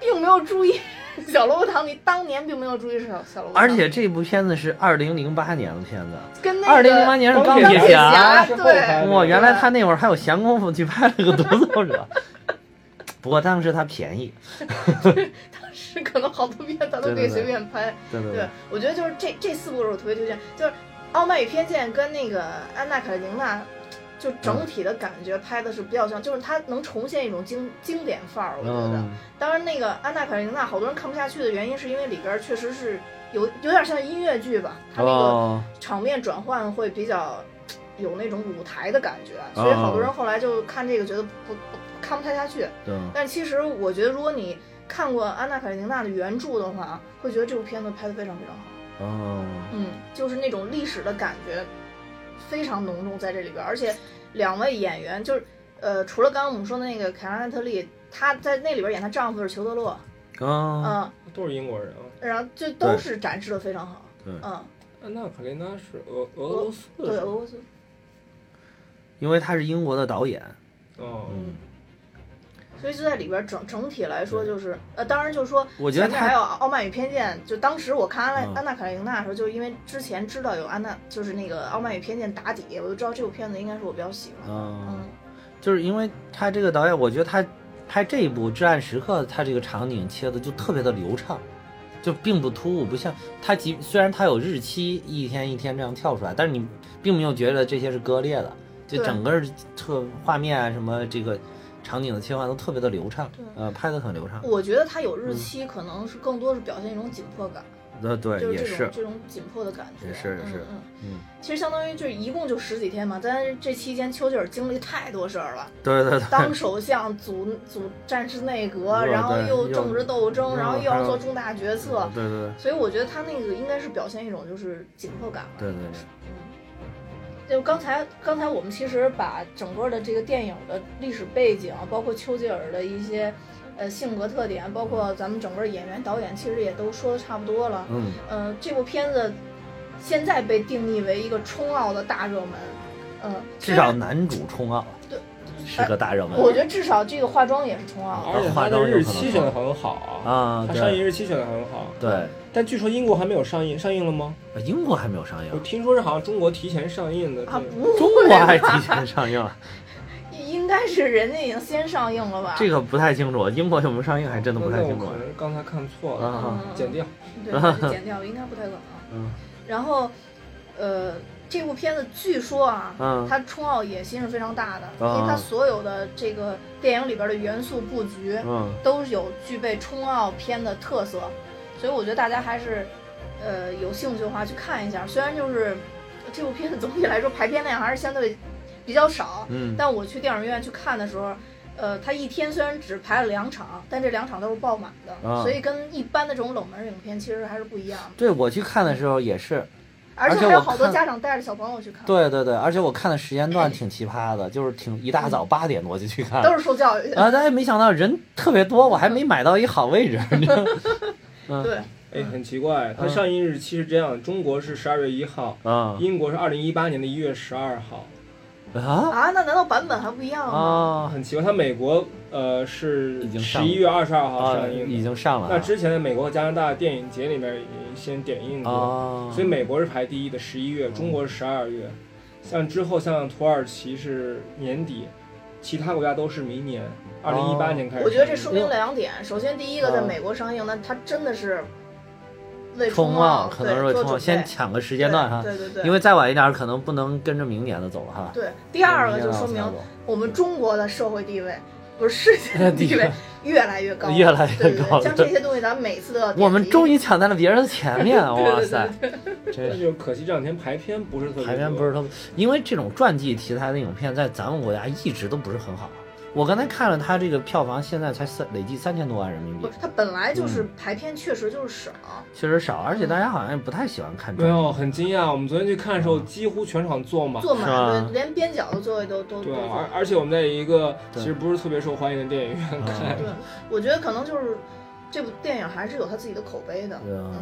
并没有注意 小萝卜唐尼当年并没有注意是小小萝卜唐而尼，且这部片子是二零零八年的片子，跟那个二零零八年是钢钢铁铁侠侠，是后对拍的哇，原来他那会儿还有闲工夫去拍了个独奏者，不过当时他便宜，是可能好多片他都对可对以对随便拍。对嗯对对，我觉得就是这这四部是我特别推荐，就是《傲慢与偏见》跟那个《安娜·卡列宁娜》，就嗯整体的感觉拍的是比较像，就是它能重现一种经经典范儿，我觉得。嗯，当然，那个《安娜·卡列宁娜》好多人看不下去的原因是因为里边儿确实是有有点像音乐剧吧，它那个哦，场面转换会比较有那种舞台的感觉，所以哦好多人后来就看这个觉得不不不看不太下去。对，哦但其实我觉得，如果你看过《安娜·卡列尼娜》的原著的话，会觉得这部片子拍得非常非常好。哦，嗯，就是那种历史的感觉非常浓重在这里边儿，而且两位演员就是呃，除了刚刚我们说的那个凯拉奈特利，她在那里边演她丈夫是裘德洛，哦，嗯，都是英国人啊。然后就都是展示的非常好，对嗯，安娜卡列娜是俄俄罗斯的哦对，是俄吧，罗斯，因为他是英国的导演，哦，嗯，所以就在里边儿整整体来说，就是呃，当然就是说，我觉得前面还他有《傲慢与偏见》，就当时我看安娜、嗯安娜卡列尼娜的时候，就因为之前知道有安娜，就是那个《傲慢与偏见》打底，我就知道这部片子应该是我比较喜欢的。哦嗯，就是因为他这个导演，我觉得他拍这一部《至暗时刻》，他这个场景切的就特别的流畅，就并不突兀，不像他即虽然他有日期一天一天这样跳出来，但是你并没有觉得这些是割裂的，就对整个特画面啊什么这个场景的切换都特别的流畅对，呃，拍的很流畅，嗯我觉得它有日期，可能是更多是表现一种紧迫感，呃，对，嗯就是也这种是，这种紧迫的感觉。也是也是嗯嗯，嗯，其实相当于就是一共就十几天嘛，但是这期间丘吉尔经历太多事 儿了，对对对，当首相，组组战时内阁，对然后对又又政治斗争，嗯然后又还要有做重大决策，对对对所以我觉得他那个应该是表现一种就是紧迫感吧。对对对。就刚才刚才我们其实把整个的这个电影的历史背景，包括丘吉尔的一些呃性格特点，包括咱们整个演员导演，其实也都说的差不多了。嗯，嗯、这部片子现在被定义为一个冲奥的大热门。嗯、至少男主冲奥，对，是个大热门。我觉得至少这个化妆也是冲奥的。而且他的日期选的很好啊，啊，他上映对日期选的很好。对，呃但据说英国还没有上映，上映了吗？英国还没有上我映，听说是好像中国提前上映的这啊，个。不中国还提前上映了，应该是人家已经先上映了吧？这个不太清楚，英国有没有上映哎还真的那不那太我清楚可。能是刚才看错啊了，啊嗯剪掉。 对，把它剪掉应该不太可能。嗯然后，呃，这部片子据说啊，嗯啊它冲奥野心是非常大的，因为它所有的这个电影里边的元素布局嗯，都有具备冲奥片的特色，所以我觉得大家还是呃有兴趣的话去看一下。虽然就是这部片子总体来说排片量还是相对比较少，嗯，但我去电影院去看的时候，呃，它一天虽然只排了两场，但这两场都是爆满的，啊所以跟一般的这种冷门影片其实还是不一样的。对我去看的时候也是，而而且还有我好多看家长带着小朋友去看，对对对，而且我看的时间段挺奇葩的，就是挺一大早八点多就去看了都是受教育的。啊，但是没想到人特别多，我还没买到一好位置。你知 道吗嗯 对，哎，很奇怪，它嗯上映日期是这样的：中国是十二月一号，啊英国是二零一八年的一月十二号。啊啊，那难道版本还不一样吗？啊很奇怪，它美国呃是已经上了十一月二十二号啊！上映的已经上了那之前的美国和加拿大电影节里面已经先点映过，啊，所以美国是排第一的，十嗯一月；中国是十二月。像之后像土耳其是年底，其他国家都是明哦年二零一八年啊开始上映。我觉得这说明两点：首先，第一个，在嗯美国上映，那它真的是为冲浪浪可能是对会做冲浪，准备先抢个时间段哈，对对对，因为再晚一点可能不能跟着明年的走了哈。对第二个就说明明年的我们中国的社会地位不是世界的地位越来越高， 越来越对对对高将这些东西咱们每次都要点我们击终于抢在了别人的前面， 对对哇塞！那这就可惜这两天排片不是特别多，排片不是特别，因为这种传记题材的影片在咱们国家一直都不是很好。我刚才看了它这个票房，现在才三累计三千多万人民币不，，它本来就是嗯排片，确实就是少。确实少，而且大家好像也不太喜欢看没传记。啊有，很惊讶。我们昨天去看的时嗯候，几乎全场坐满。坐是吧满，对，连边角的座位都都对都啊，坐满而而且我们在一个对其实不是特别受欢迎的电影院啊看，对，我觉得可能就是这部电影还是有它自己的口碑的，对啊嗯，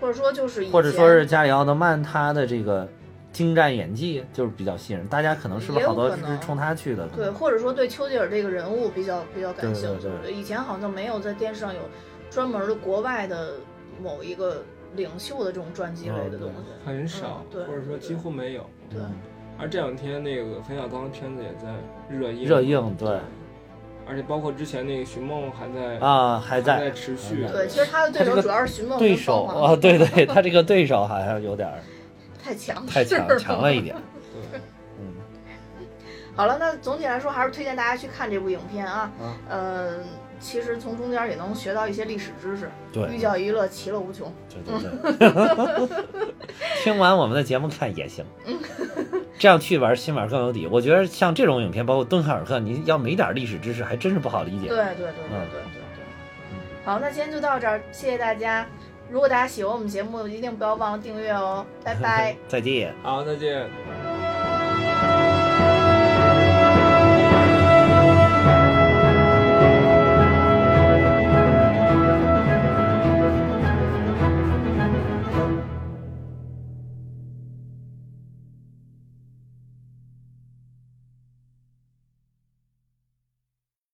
或者说就是以前或者说是加里奥德曼他的这个精湛演技就是比较吸引人，大家可能是不是好多也有可能是冲他去的？可对，能或者说对丘吉尔这个人物比较比较感兴趣。对对以前好像没有在电视上有专门的国外的某一个领袖的这种传哦记类的东西。很少嗯，对或者说几乎没有。对而这两天那个冯小刚的片子也在热映，热映对而且包括之前那个《寻梦》还在啊，还还在持续还。对，其实他的对他这手个主要是寻梦对跟 手芳啊，华，对对，他这个对手好像有点儿太强太势强了。强了一点。对嗯， 好了，那总体来说还是推荐大家去看这部影片啊。啊呃，其实从中间也能学到一些历史知识，对寓教于乐，其乐无穷。对对对。 听完我们的节目看也行，这样去玩心玩更有底。我觉得像这种影片，包括敦刻尔克，你要没点历史知识，还真是不好理解对。对对对对嗯对对。好，那今天就到这儿，谢谢大家。 如果大家喜欢我们节目，一定不要忘了订阅哦，拜拜。再见。好，再见。